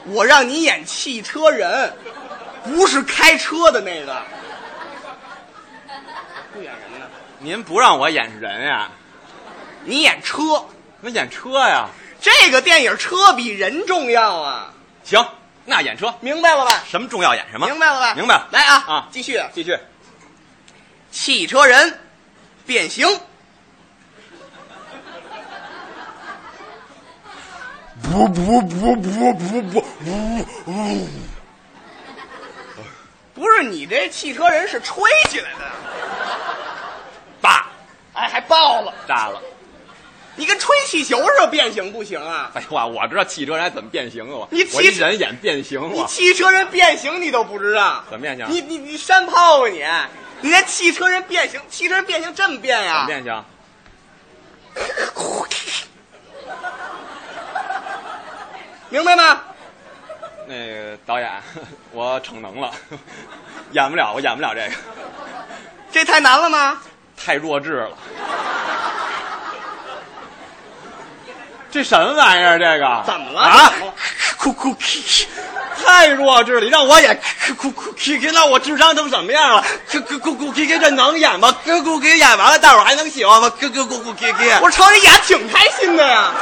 [SPEAKER 7] 我让你演汽车人，不是开车的那个。不演人呢，
[SPEAKER 9] 您不让我演人呀、
[SPEAKER 7] 你演车。
[SPEAKER 9] 怎么演车呀、
[SPEAKER 7] 这个电影车比人重要啊，
[SPEAKER 9] 行，那演车，
[SPEAKER 7] 明白了吧？
[SPEAKER 9] 什么重要演什么？
[SPEAKER 7] 明白了吧？
[SPEAKER 9] 明白了。
[SPEAKER 7] 来啊
[SPEAKER 9] 啊，
[SPEAKER 7] 继续，
[SPEAKER 9] 继续。
[SPEAKER 7] 汽车人变形，
[SPEAKER 9] 不不不不不不不
[SPEAKER 7] 不是你这汽车人是吹起来的，
[SPEAKER 9] 大
[SPEAKER 7] 哎，还爆了，
[SPEAKER 9] 大了！
[SPEAKER 7] 你跟吹气球似的变形不行啊！
[SPEAKER 9] 哎呦哇，我知道汽车人还怎么变形啊！我
[SPEAKER 7] 你
[SPEAKER 9] 我一
[SPEAKER 7] 骑
[SPEAKER 9] 人演变形哎
[SPEAKER 7] 你
[SPEAKER 9] 我
[SPEAKER 7] 汽车人变形你都不知道，
[SPEAKER 9] 怎么变形
[SPEAKER 7] 你你你山炮啊你！你连汽车人变形，汽车人变形这么变
[SPEAKER 9] 怎么
[SPEAKER 7] 呀、
[SPEAKER 9] 变形？
[SPEAKER 7] 明白吗？
[SPEAKER 9] 那个导演， 我逞能了， 演不了，我演不了这个，
[SPEAKER 7] 这太难了吗？
[SPEAKER 9] 太弱智了。这什么玩意儿？这个
[SPEAKER 7] 怎么了
[SPEAKER 9] 啊
[SPEAKER 7] 怎么了？
[SPEAKER 9] 哭哭啼，太弱智了！你让我演哭哭哭啼，那我智商都什么样了？哭哭哭哭啼，这能演吗？哭哭啼演完了，大伙儿还能喜欢吗？哭哭哭哭啼啼。
[SPEAKER 7] 我瞅你演挺开心的呀。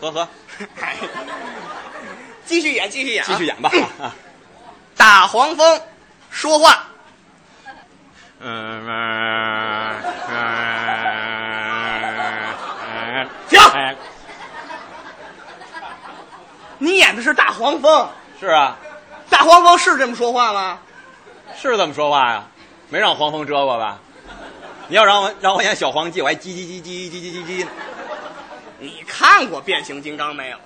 [SPEAKER 9] 呵呵，
[SPEAKER 7] 继续演，继续演、啊，
[SPEAKER 9] 继续演吧。啊
[SPEAKER 7] 打黄蜂，说话，
[SPEAKER 9] 嗯嗯嗯，
[SPEAKER 7] 停
[SPEAKER 9] 哎
[SPEAKER 7] 你演的是大黄蜂，
[SPEAKER 9] 是啊，
[SPEAKER 7] 大黄蜂是这么说话吗？
[SPEAKER 9] 是这么说话呀、没让黄蜂蛰过吧？你要让我让我演小黄鸡，我还叽叽叽叽叽叽叽叽，
[SPEAKER 7] 你看过变形金刚没有啊？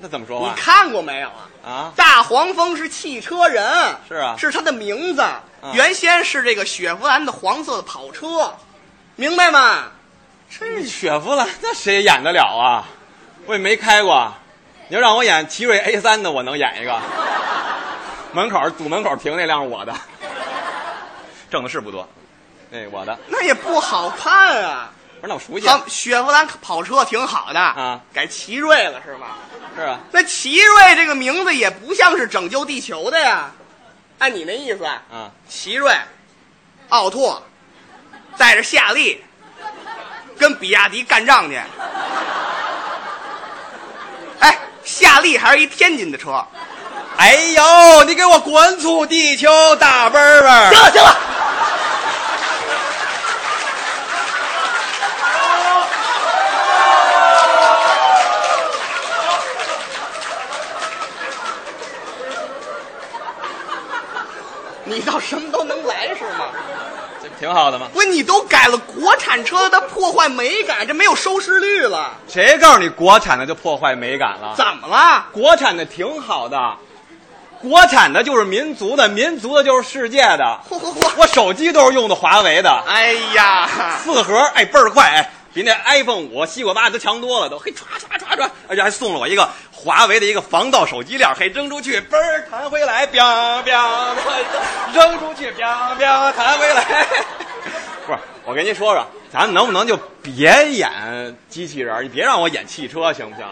[SPEAKER 9] 那怎么说
[SPEAKER 7] 你
[SPEAKER 9] 话
[SPEAKER 7] 看过没有啊？
[SPEAKER 9] 啊？
[SPEAKER 7] 大黄蜂是汽车人，
[SPEAKER 9] 是啊
[SPEAKER 7] 是他的名字。原先是这个雪佛兰的黄色的跑车，明白吗？真是
[SPEAKER 9] 雪佛兰那谁演得了啊？我也没开过，你要让我演奇瑞 A 三的，我能演一个。门口堵门口停那辆是我的，挣的是不多，那我的，
[SPEAKER 7] 那也不好看啊。
[SPEAKER 9] 不是那我熟悉
[SPEAKER 7] 咱们雪佛兰跑车挺好的
[SPEAKER 9] 啊，
[SPEAKER 7] 改奇瑞了是吗？
[SPEAKER 9] 是啊。
[SPEAKER 7] 那奇瑞这个名字也不像是拯救地球的呀，按你那意思，啊，
[SPEAKER 9] 啊，
[SPEAKER 7] 奇瑞、奥拓带着夏利跟比亚迪干仗去。哎，夏利还是一天津的车。
[SPEAKER 9] 哎呦，你给我滚出地球大奔儿！
[SPEAKER 7] 行了行了，你倒什么都能来是吗？
[SPEAKER 9] 这不挺好的吗？
[SPEAKER 7] 不是你都改了国产车，它破坏美感，这没有收视率了，
[SPEAKER 9] 谁告诉你国产的就破坏美感了？
[SPEAKER 7] 怎么了？
[SPEAKER 9] 国产的挺好的，国产的就是民族的，民族的就是世界 的。
[SPEAKER 7] 嚯嚯嚯！
[SPEAKER 9] 我手机都是用的华为的，
[SPEAKER 7] 哎呀，
[SPEAKER 9] 四核哎倍儿快，哎比那 iPhone 五、西瓜八都强多了都。嘿，唰唰唰唰，而且还送了我一个华为的一个防盗手机链，嘿，扔出去，嘣儿弹回来，彪彪，扔出去，彪彪，弹回来。不是，我跟您说说，咱们能不能就别演机器人儿？你别让我演汽车，行不 行？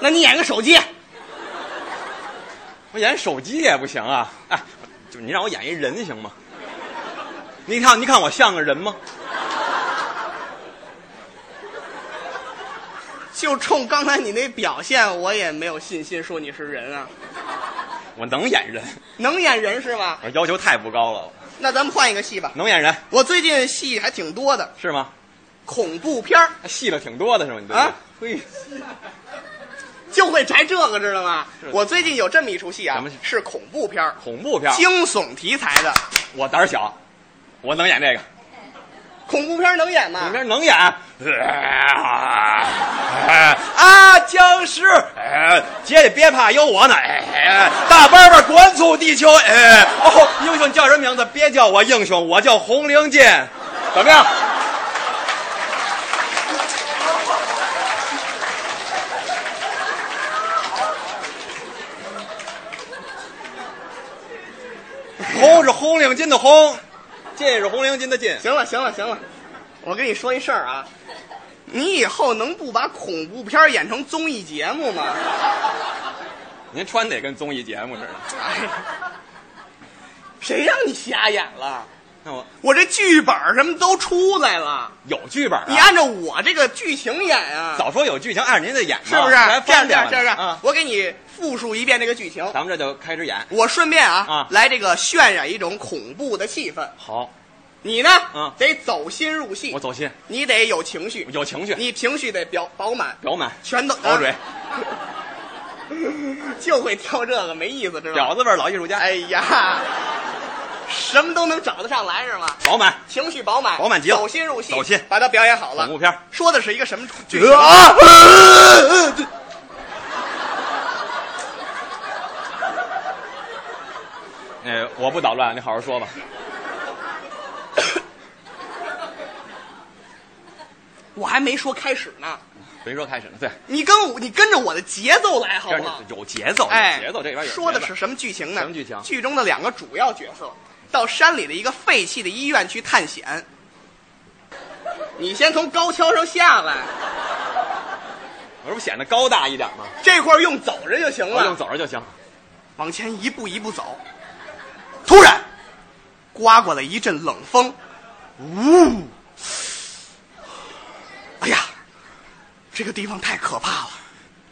[SPEAKER 9] 那你演个手机，我演手机也不行啊！哎，就你让我演一人行吗？你看，你看我像个人吗？
[SPEAKER 7] 就冲刚才你那表现，我也没有信心说你是人啊。
[SPEAKER 9] 我能演人，
[SPEAKER 7] 能演人是吧？
[SPEAKER 9] 我要求太不高了。
[SPEAKER 7] 那咱们换一个戏吧。
[SPEAKER 9] 能演人
[SPEAKER 7] 我最近戏还挺多的，
[SPEAKER 9] 是吗？
[SPEAKER 7] 恐怖片儿
[SPEAKER 9] 戏了挺多的是吗？你对
[SPEAKER 7] 啊，
[SPEAKER 9] 嘿，
[SPEAKER 7] 就会宅这个，知道吗
[SPEAKER 9] 是？
[SPEAKER 7] 我最近有这么一出戏
[SPEAKER 9] 什
[SPEAKER 7] 啊
[SPEAKER 9] 么戏，
[SPEAKER 7] 是恐怖片儿，
[SPEAKER 9] 恐怖片儿，
[SPEAKER 7] 惊悚题材的。
[SPEAKER 9] 我胆儿小，我能演这个，
[SPEAKER 7] 恐怖片儿能演
[SPEAKER 9] 恐怖
[SPEAKER 7] 吗？
[SPEAKER 9] 片能演。啊，僵尸！哎，姐姐别怕，有我呢！哎，大伯伯管足地球！哎，哦，英雄叫什么名字？别叫我英雄，我叫红绫剑，怎么样？红是红领巾的红，进是红领巾的进。
[SPEAKER 7] 行了，行了，行了，我跟你说一事儿啊，你以后能不把恐怖片儿演成综艺节目吗？
[SPEAKER 9] 您穿得也跟综艺节目似的。
[SPEAKER 7] 谁让你瞎演了？
[SPEAKER 9] 那我
[SPEAKER 7] 我这剧本儿什么都出来了，
[SPEAKER 9] 有剧本啊？
[SPEAKER 7] 你按照我这个剧情演啊，
[SPEAKER 9] 早说有剧情，按着您的演嘛
[SPEAKER 7] 是不是？
[SPEAKER 9] 来
[SPEAKER 7] 这样
[SPEAKER 9] 方
[SPEAKER 7] 这
[SPEAKER 9] 便
[SPEAKER 7] 样
[SPEAKER 9] 了
[SPEAKER 7] 这样这样
[SPEAKER 9] 啊，，
[SPEAKER 7] 我给你复述一遍这个剧情，
[SPEAKER 9] 咱们这就开始演。
[SPEAKER 7] 我顺便啊
[SPEAKER 9] 啊，
[SPEAKER 7] 来这个渲染一种恐怖的气氛。
[SPEAKER 9] 好，
[SPEAKER 7] 你呢
[SPEAKER 9] 嗯，
[SPEAKER 7] 得走心入戏
[SPEAKER 9] 我，走心，
[SPEAKER 7] 你得有情绪，
[SPEAKER 9] 有情绪，
[SPEAKER 7] 你情绪得表饱满，
[SPEAKER 9] 表满，
[SPEAKER 7] 全都
[SPEAKER 9] 好水，
[SPEAKER 7] 啊就会挑这个，没意思，知道吗？
[SPEAKER 9] 饺子味儿老艺术家，
[SPEAKER 7] 哎呀，什么都能找得上来是吗？
[SPEAKER 9] 饱满，
[SPEAKER 7] 情绪饱满，
[SPEAKER 9] 饱满极了
[SPEAKER 7] 走心入戏，
[SPEAKER 9] 走心
[SPEAKER 7] 把它表演好了。
[SPEAKER 9] 恐怖片儿
[SPEAKER 7] 说的是一个什么剧情？
[SPEAKER 9] 啊！呃，我不捣乱，你好好说吧。
[SPEAKER 7] 我还没说开始呢，
[SPEAKER 9] 别说开始了，对，
[SPEAKER 7] 你跟我你跟着我的节奏来好
[SPEAKER 9] 这
[SPEAKER 7] 吗
[SPEAKER 9] 样？有节奏，
[SPEAKER 7] 哎，
[SPEAKER 9] 有节奏这边有节奏
[SPEAKER 7] 说的是什么剧情呢？
[SPEAKER 9] 什么剧情
[SPEAKER 7] 剧中的两个主要角色到山里的一个废弃的医院去探险。你先从高跷上下来，
[SPEAKER 9] 我这不显得高大一点吗？
[SPEAKER 7] 这块儿用走着就行
[SPEAKER 9] 我
[SPEAKER 7] 了。
[SPEAKER 9] 用走着就行。
[SPEAKER 7] 往前一步一步走，突然，刮过来一阵冷风，呜！哎呀，这个地方太可怕了。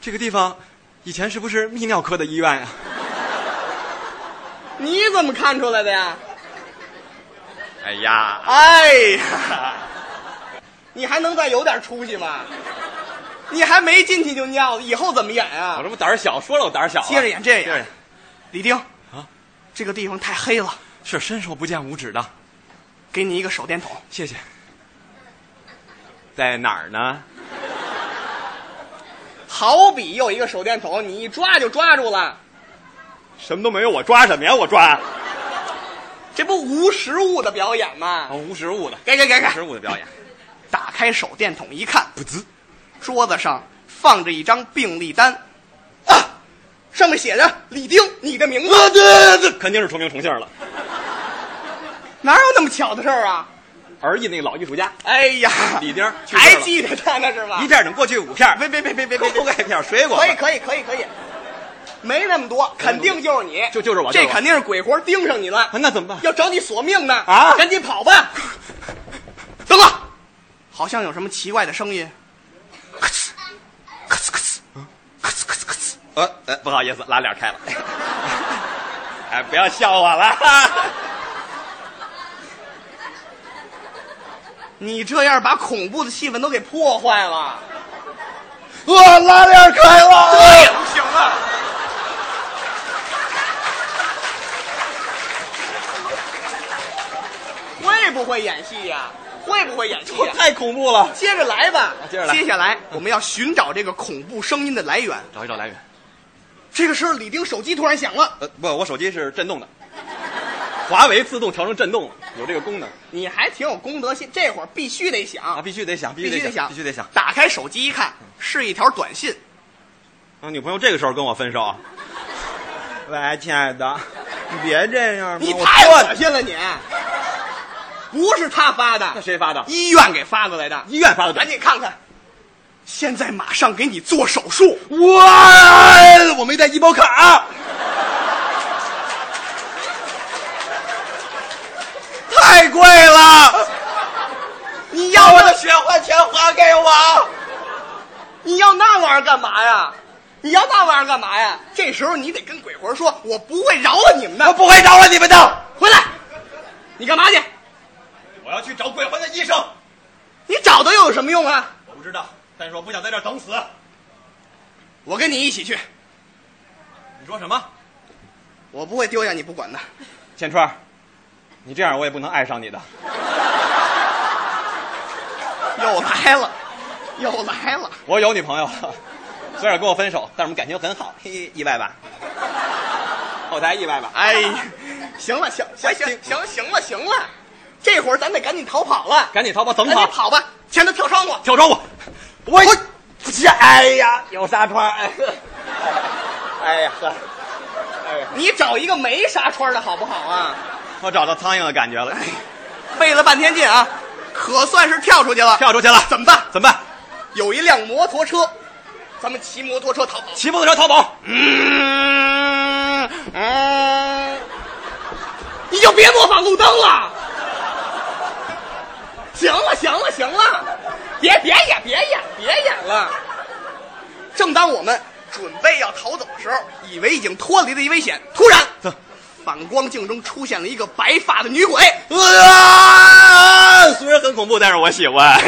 [SPEAKER 9] 这个地方以前是不是泌尿科的医院呀、
[SPEAKER 7] 你怎么看出来的呀？
[SPEAKER 9] 哎呀，
[SPEAKER 7] 哎呀，你还能再有点出息吗？你还没进去就尿，以后怎么演
[SPEAKER 9] 我
[SPEAKER 7] 啊
[SPEAKER 9] 这？不胆儿小，说了我胆儿小啊、
[SPEAKER 7] 接着演，接着
[SPEAKER 9] 接着
[SPEAKER 7] 演
[SPEAKER 9] 演。
[SPEAKER 7] 李丁，啊，这个地方太黑了，
[SPEAKER 9] 是伸手不见五指的，
[SPEAKER 7] 给你一个手电筒。
[SPEAKER 9] 谢谢。在哪儿呢？
[SPEAKER 7] 好比有一个手电筒，你一抓就抓住了，
[SPEAKER 9] 什么都没有，我抓什么呀？我抓啊，
[SPEAKER 7] 这不无实物的表演吗？
[SPEAKER 9] 啊无实物的，
[SPEAKER 7] 给给给
[SPEAKER 9] 无
[SPEAKER 7] 给！
[SPEAKER 9] 实物的表演。
[SPEAKER 7] 打开手电筒一看，
[SPEAKER 9] 不滋，
[SPEAKER 7] 桌子上放着一张病历单，啊，上面写着李丁，你的名
[SPEAKER 9] 啊
[SPEAKER 7] 字。
[SPEAKER 9] 这这肯定是重名重姓了。
[SPEAKER 7] 哪有那么巧的事儿啊？
[SPEAKER 9] 而艺那个老艺术家，
[SPEAKER 7] 哎呀，
[SPEAKER 9] 李丁儿去世了
[SPEAKER 7] 还记得他呢是吧？
[SPEAKER 9] 一片儿能过去五片儿，
[SPEAKER 7] 别别别别别 别
[SPEAKER 9] 锅
[SPEAKER 7] 别，
[SPEAKER 9] 盖片儿水果
[SPEAKER 7] 可以可以可以可以，没那么多，肯定就是你，
[SPEAKER 9] 就就是我就
[SPEAKER 7] 这
[SPEAKER 9] 是我
[SPEAKER 7] 肯定是鬼魂盯上你了
[SPEAKER 9] 啊，那怎么办？
[SPEAKER 7] 要找你索命呢
[SPEAKER 9] 啊
[SPEAKER 7] 赶紧跑吧！等等，好像有什么奇怪的声音，
[SPEAKER 9] 呃呃，不好意思，拉链开了。哎，不要笑我了。
[SPEAKER 7] 你这样把恐怖的气氛都给破坏了，
[SPEAKER 9] 我拉链开了。
[SPEAKER 7] 不行啊！会不会演戏呀、会不会演戏、呀？
[SPEAKER 9] 太恐怖了！
[SPEAKER 7] 接着来吧，
[SPEAKER 9] 接着来
[SPEAKER 7] 下来我们要寻找这个恐怖声音的来源。
[SPEAKER 9] 找一找来源。
[SPEAKER 7] 这个时候，李丁手机突然响了，
[SPEAKER 9] 呃，不，我手机是震动的，华为自动调成震动了。有这个功能
[SPEAKER 7] 你还挺有公德心，这会儿必须得想
[SPEAKER 9] 啊，必须得想，必
[SPEAKER 7] 必须
[SPEAKER 9] 得
[SPEAKER 7] 得想，
[SPEAKER 9] 必须得想。
[SPEAKER 7] 打开手机一看，是一条短信，
[SPEAKER 9] 啊，女朋友这个时候跟我分手，喂，亲爱的，你别这样嘛，
[SPEAKER 7] 你
[SPEAKER 9] 我
[SPEAKER 7] 太
[SPEAKER 9] 错
[SPEAKER 7] 恶
[SPEAKER 9] 了
[SPEAKER 7] 心了你！不是他发
[SPEAKER 9] 那
[SPEAKER 7] 的，
[SPEAKER 9] 谁发的？
[SPEAKER 7] 医院给发过来的，
[SPEAKER 9] 医院发的短
[SPEAKER 7] 赶
[SPEAKER 9] 信。
[SPEAKER 7] 紧看看。现在马上给你做手术，
[SPEAKER 9] 我我没带医保 卡，太贵 了，
[SPEAKER 7] 你要我的
[SPEAKER 9] 血汗钱还给我。
[SPEAKER 7] 你要那玩意儿干嘛呀？你要那玩意儿干嘛呀？这时候你得跟鬼魂说，我不会饶了你们的，
[SPEAKER 9] 我不会饶了你们的。
[SPEAKER 7] 回来。你干嘛去？
[SPEAKER 9] 我要去找鬼魂的医生。
[SPEAKER 7] 你找他又有什么用啊？
[SPEAKER 9] 我不知道，但是我不想在这儿等死。
[SPEAKER 7] 我跟你一起去，
[SPEAKER 9] 你说什么？
[SPEAKER 7] 我不会丢下你不管的。
[SPEAKER 9] 千川，你这样我也不能爱上你的。
[SPEAKER 7] 又来了，又来了。
[SPEAKER 9] 我有女朋友 了，虽然跟我分手，但是我们感情很好。嘿，意外吧？后台意外吧？哎
[SPEAKER 7] 哎，行了，行行行行行了，行了，这会儿咱得赶紧逃跑了，
[SPEAKER 9] 赶紧逃吧，怎么
[SPEAKER 7] 赶紧
[SPEAKER 9] 跑？
[SPEAKER 7] 跑吧，前头跳窗户。
[SPEAKER 9] 跳窗户！我这哎呀，有纱窗！哎，哎呀呵，
[SPEAKER 7] 你找一个没纱窗的好不好啊？哎
[SPEAKER 9] 我找到苍蝇的感觉了，
[SPEAKER 7] 费了半天劲啊，可算是跳出去了。
[SPEAKER 9] 跳出去了，
[SPEAKER 7] 怎么办？
[SPEAKER 9] 怎么办？
[SPEAKER 7] 有一辆摩托车，咱们骑摩托车逃跑。
[SPEAKER 9] 骑摩托车逃跑！
[SPEAKER 7] 嗯嗯， 你就别模仿路灯了。行了行了行了，别别演别演别演了。正当我们准备要逃走的时候，以为已经脱离了一危险，突然，反光镜中出现了一个白发的女鬼。
[SPEAKER 9] 啊！虽然很恐怖，但是我喜欢。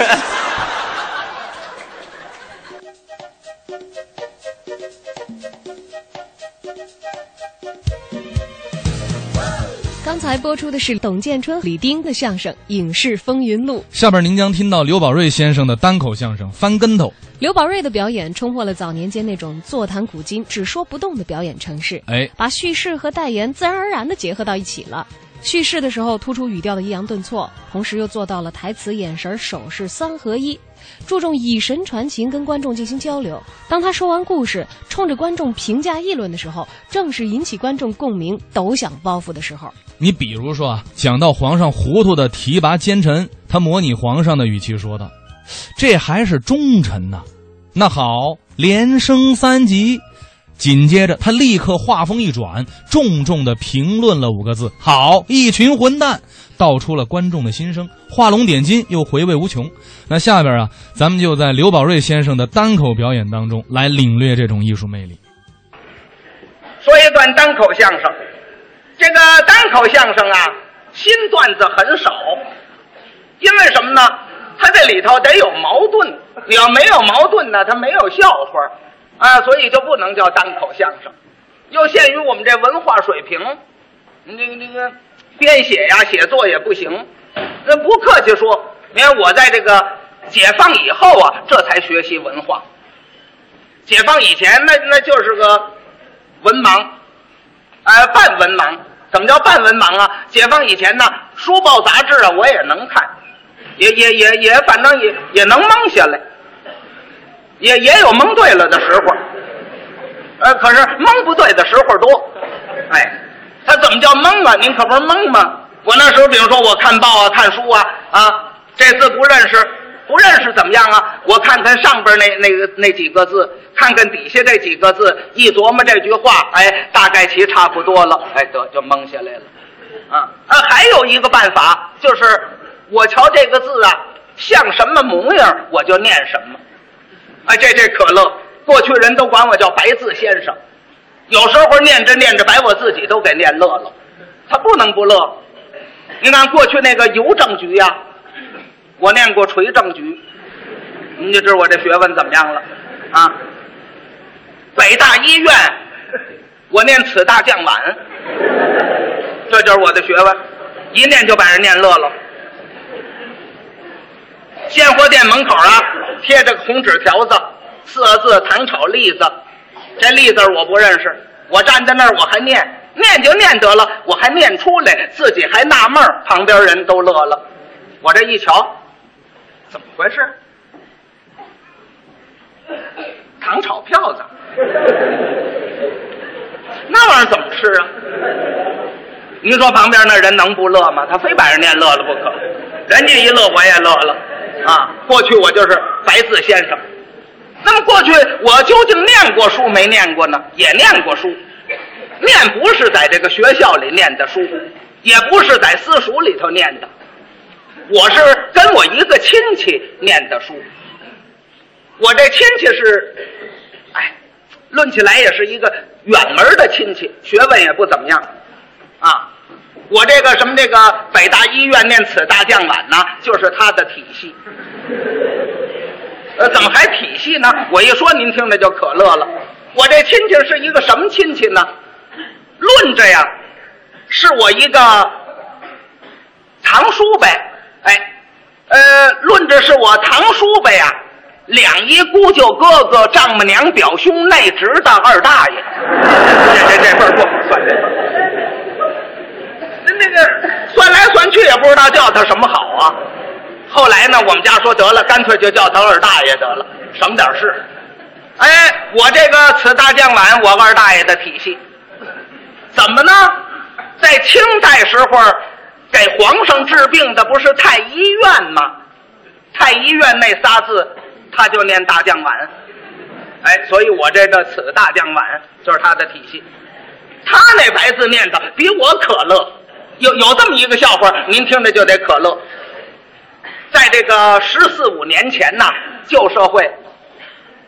[SPEAKER 4] 刚才播出的是董建春、李丁的相声《影视风云录》。
[SPEAKER 5] 下边您将听到刘宝瑞先生的单口相声《翻跟头》。
[SPEAKER 4] 刘宝瑞的表演冲破了早年间那种座谈古今、只说不动的表演程式，
[SPEAKER 5] 哎，
[SPEAKER 4] 把叙事和代言自然而然的结合到一起了。叙事的时候突出语调的抑扬顿挫，同时又做到了台词、眼神、手势三合一，注重以神传情，跟观众进行交流。当他说完故事，冲着观众评价议论的时候，正是引起观众共鸣、抖响包袱的时候。
[SPEAKER 5] 你比如说啊，讲到皇上糊涂的提拔奸臣，他模拟皇上的语气说道：“这还是忠臣呐、那好，连升三级。紧接着，他立刻话锋一转，重重的评论了五个字：“好，一群混蛋！”道出了观众的心声，画龙点睛，又回味无穷。那下边啊，咱们就在刘宝瑞先生的单口表演当中来领略这种艺术魅力。
[SPEAKER 10] 说一段单口相声。这个单口相声啊，新段子很少，因为什么呢？它这里头得有矛盾，你要没有矛盾呢，它没有笑话啊，所以就不能叫单口相声。又限于我们这文化水平，你这个这个编写呀、写作也不行。那不客气说，你看我在这个解放以后啊，这才学习文化。解放以前，那那就是个文盲，呃，半文盲。怎么叫半文盲啊？解放以前呢，书报杂志啊，我也能看，也也也也，反正也也能蒙下来，也也有蒙对了的时候。呃，可是蒙不对的时候多。哎，他怎么叫蒙啊？您可不是蒙吗？我那时候，比如说我看报啊、看书啊，啊，这字不认识，不认识怎么样啊？我看看上边那那个那几个字，看看底下这几个字，一琢磨这句话，哎，大概其差不多了，哎，得就蒙下来了。啊啊，还有一个办法就是，我瞧这个字啊像什么模样，我就念什么。啊，这这可乐，过去人都管我叫白字先生，有时候念着念着，把我自己都给念乐了，他不能不乐。你看过去那个邮政局呀、我念过锤政局，您就知道我这学问怎么样了啊。北大医院，我念此大酱碗，这就是我的学问，一念就把人念乐了。鲜货店门口啊，贴着个红纸条子，四个字“糖炒栗子”。这栗子我不认识，我站在那儿我还念，念就念得了，我还念出来，自己还纳闷儿旁边人都乐了。我这一瞧，怎么回事？糖炒票子，那玩意儿怎么吃啊？您说旁边那人能不乐吗？他非把人念乐了不可，人家一乐我也乐了，啊！过去我就是白字先生，那么过去我究竟念过书没念过呢？也念过书，念不是在这个学校里念的书，也不是在私塾里头念的，我是跟我一个亲戚念的书。我这亲戚是，哎，论起来也是一个远门的亲戚，学问也不怎么样，啊，我这个什么这个北大医院念此大将碗呢，就是他的体系。呃，怎么还体系呢？ 我一说您听着就可乐了。我这亲戚是一个什么亲戚呢？论着呀，是我一个堂叔伯，哎，呃，论着是我堂叔伯呀，两姨姑舅哥哥丈母娘表兄内侄的二大爷，这这这辈儿不好算这辈儿。那那个算来算去也不知道叫他什么好啊。后来呢，我们家说得了，干脆就叫他二大爷得了，省点事。哎，我这个此大将碗，我二大爷的体系，怎么呢？在清代时候，给皇上治病的不是太医院吗？太医院那仨字，他就念大将碗。哎，所以我这个此大将碗就是他的体系。他那白字念的比我可乐，有有这么一个笑话，您听着就得可乐。在这个十四五年前呐、旧社会，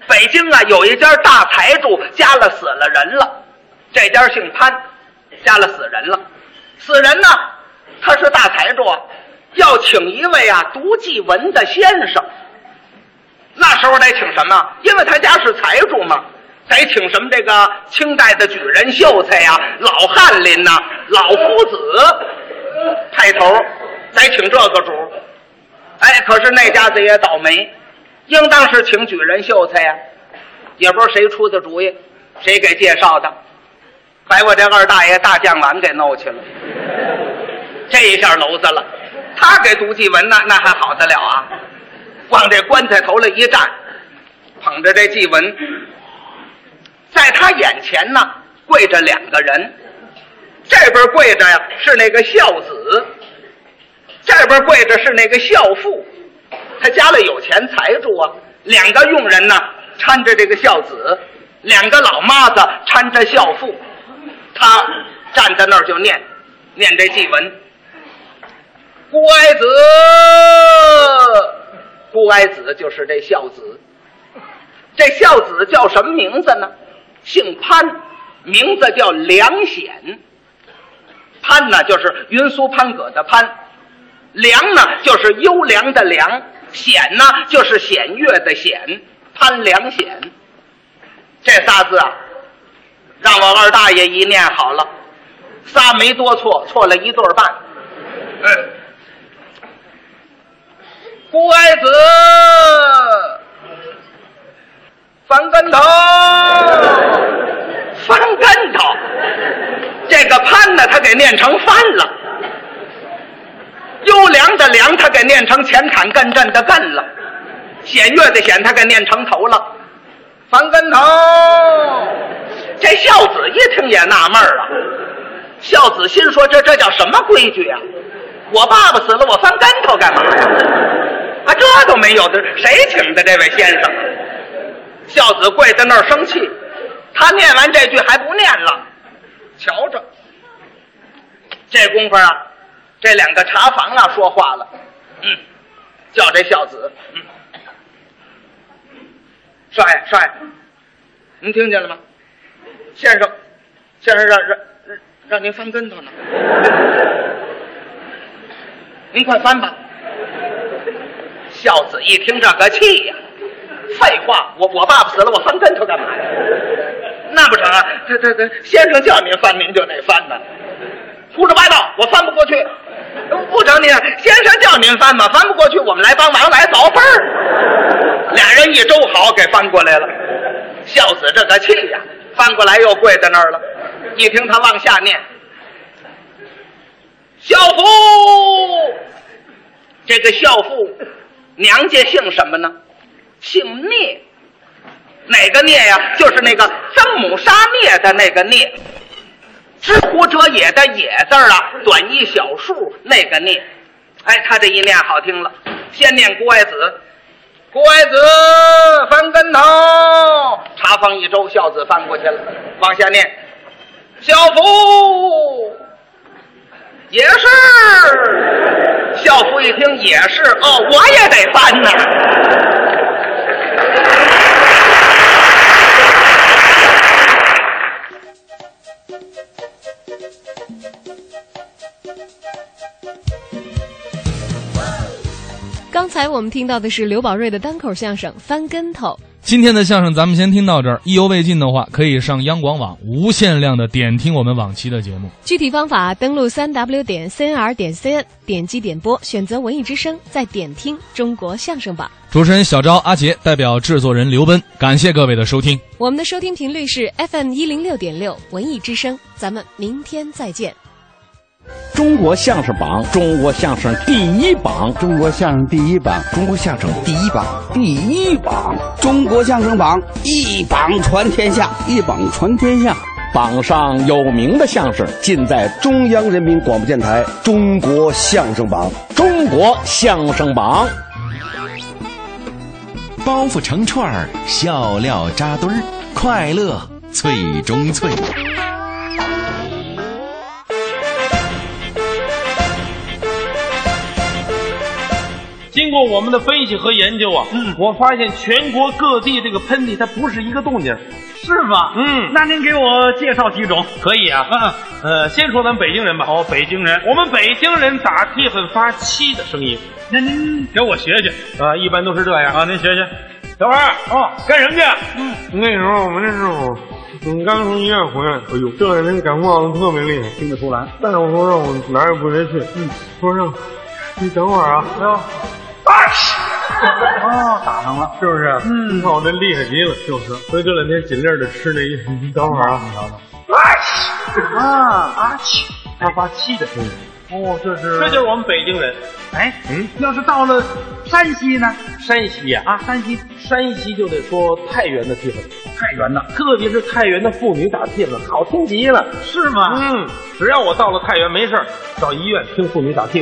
[SPEAKER 10] 北京啊有一家大财主家了死了人了，这家姓潘，家了死人了，死人呢他是大财主啊，要请一位啊读祭文的先生。那时候得请什么？因为他家是财主嘛，得请什么这个清代的举人秀才呀、老翰林呐、老夫子派头，得请这个主。哎，可是那家子也倒霉，应当是请举人秀才呀、也不知道谁出的主意，谁给介绍的，把我这二大爷大将碗给弄去了。这一下娄子了，他给读祭文那那还好得了啊？往这棺材头了一站，捧着这祭文，在他眼前呢跪着两个人，这边跪着呀是那个孝子，这边跪着是那个孝妇。他家里有钱财主啊，两个佣人呢搀着这个孝子，两个老妈子搀着孝妇，他站在那儿就念念这祭文。孤哀子，孤哀子就是这孝子。这孝子叫什么名字呢？姓潘，名字叫梁显。潘呢，就是云苏潘葛的潘；梁呢，就是优良的良；显呢，就是显月的显。潘梁显，这仨字啊，让我二大爷一念好了，仨没多错，错了一对儿半。嗯，孤哀子，翻跟头，翻跟头。这个潘呢，他给念成翻了；优良的良，他给念成前坎艮震的艮了；显月的显，他给念成头了。翻跟头，这孝子一听也纳闷儿啊。孝子心说：“这这叫什么规矩呀、我爸爸死了，我翻跟头干嘛呀？啊，这都没有的，谁请的这位先生啊？”孝子跪在那儿生气，他念完这句还不念了，瞧着，这功夫啊，这两个茶房啊说话了，嗯，叫这孝子，嗯，少爷少爷，您听见了吗？先生，先生让让让让您翻跟头呢，您快翻吧。孝子一听这个气呀、废话，我我爸爸死了，我翻跟头干嘛呀？那不成啊！这这这，先生叫您翻，您就得翻呐。胡说八道，我翻不过去。不成您，先生叫您翻吧，翻不过去，我们来帮忙，来凿缝儿。俩人一周好给翻过来了。孝子这个气呀、翻过来又跪在那儿了。一听他往下念，孝父，这个孝父，娘家姓什么呢？姓聂，哪个聂呀、就是那个曾母杀聂的那个聂，知乎者也的也字儿啊，短一小竖那个聂。哎，他这一念好听了，先念郭爱子，郭爱子翻跟头，茶坊一周，孝子翻过去了，往下念，孝夫也是，孝夫一听也是，哦，我也得翻呐。
[SPEAKER 4] 刚才我们听到的是刘宝瑞的单口相声《翻跟头》。
[SPEAKER 5] 今天的相声咱们先听到这儿，意犹未尽的话，可以上央广网无限量的点听我们往期的节目。
[SPEAKER 4] 具体方法，登录三 w 点 cnr 点 cn，点击点播，选择文艺之声，再点听中国相声榜。
[SPEAKER 5] 主持人小昭、阿杰代表制作人刘奔，感谢各位的收听。
[SPEAKER 4] 我们的收听频率是 FM 一零六点六文艺之声，咱们明天再见。
[SPEAKER 7] 中国相声榜，中国相声第一榜，中国相声第一榜，中国相声第一榜，第一榜，中国相声榜，一榜传天下，一榜传天下。榜上有名的相声，尽在中央人民广播电台《中国相声榜》。中国相声榜。
[SPEAKER 2] 包袱成串儿，笑料扎堆儿，快乐最中最。
[SPEAKER 11] 经过我们的分析和研究啊，嗯，我发现全国各地这个喷嚏它不是一个动静，是吗？嗯，那您给我介绍几种？可以啊，嗯，呃，先说咱们北京人吧。哦，北京人，我们北京人打嚏很发气的声音。那您给我学学啊，一般都是这样啊，您学学。小花，哦，干什么去？嗯，
[SPEAKER 3] 那时候我们那师傅，嗯，刚从医院回来，哎呦，这人感冒特别厉害，听得出来。大夫说让我哪儿也不别去，嗯，说让你等会儿啊，啊，哦，打上了，是不是？嗯，你看我这厉害极了，就是。所以这两天尽力的吃那一，你等会儿啊，你瞧瞧，
[SPEAKER 11] 啊啊气，他发气的声音。哦，这是这就是我们北京人。哎，嗯，要是到了山西呢？山西呀、啊，山西，山西就得说太原的地方，太原的，特别是太原的妇女打嚏了，好听极了，是吗？嗯，只要我到了太原，没事儿找医院听妇女打嚏去。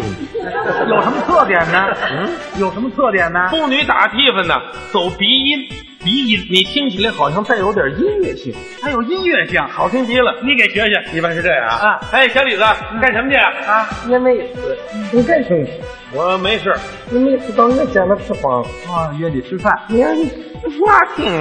[SPEAKER 12] 有什么特点呢？嗯，有什么特点呢？
[SPEAKER 11] 妇女打嚏粉呢，走鼻音，鼻音，你听起来好像带有点音乐性，还有音乐性，好听极了。你给学学，一般是这样啊。哎，小李子，干什么去啊？
[SPEAKER 3] 也没意思，你干什么？
[SPEAKER 11] 我没事，
[SPEAKER 3] 你每次到我家来吃饭啊，约你吃饭，你让你我 听。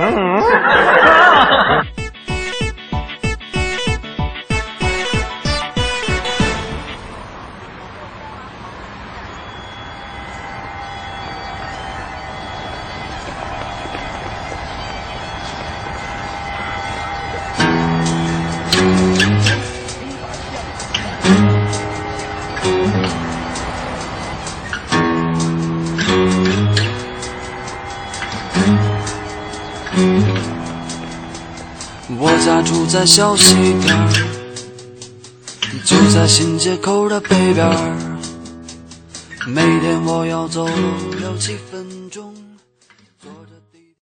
[SPEAKER 13] 我家住在小西边儿，就在新街口的北边儿。每天我要走路六七分钟。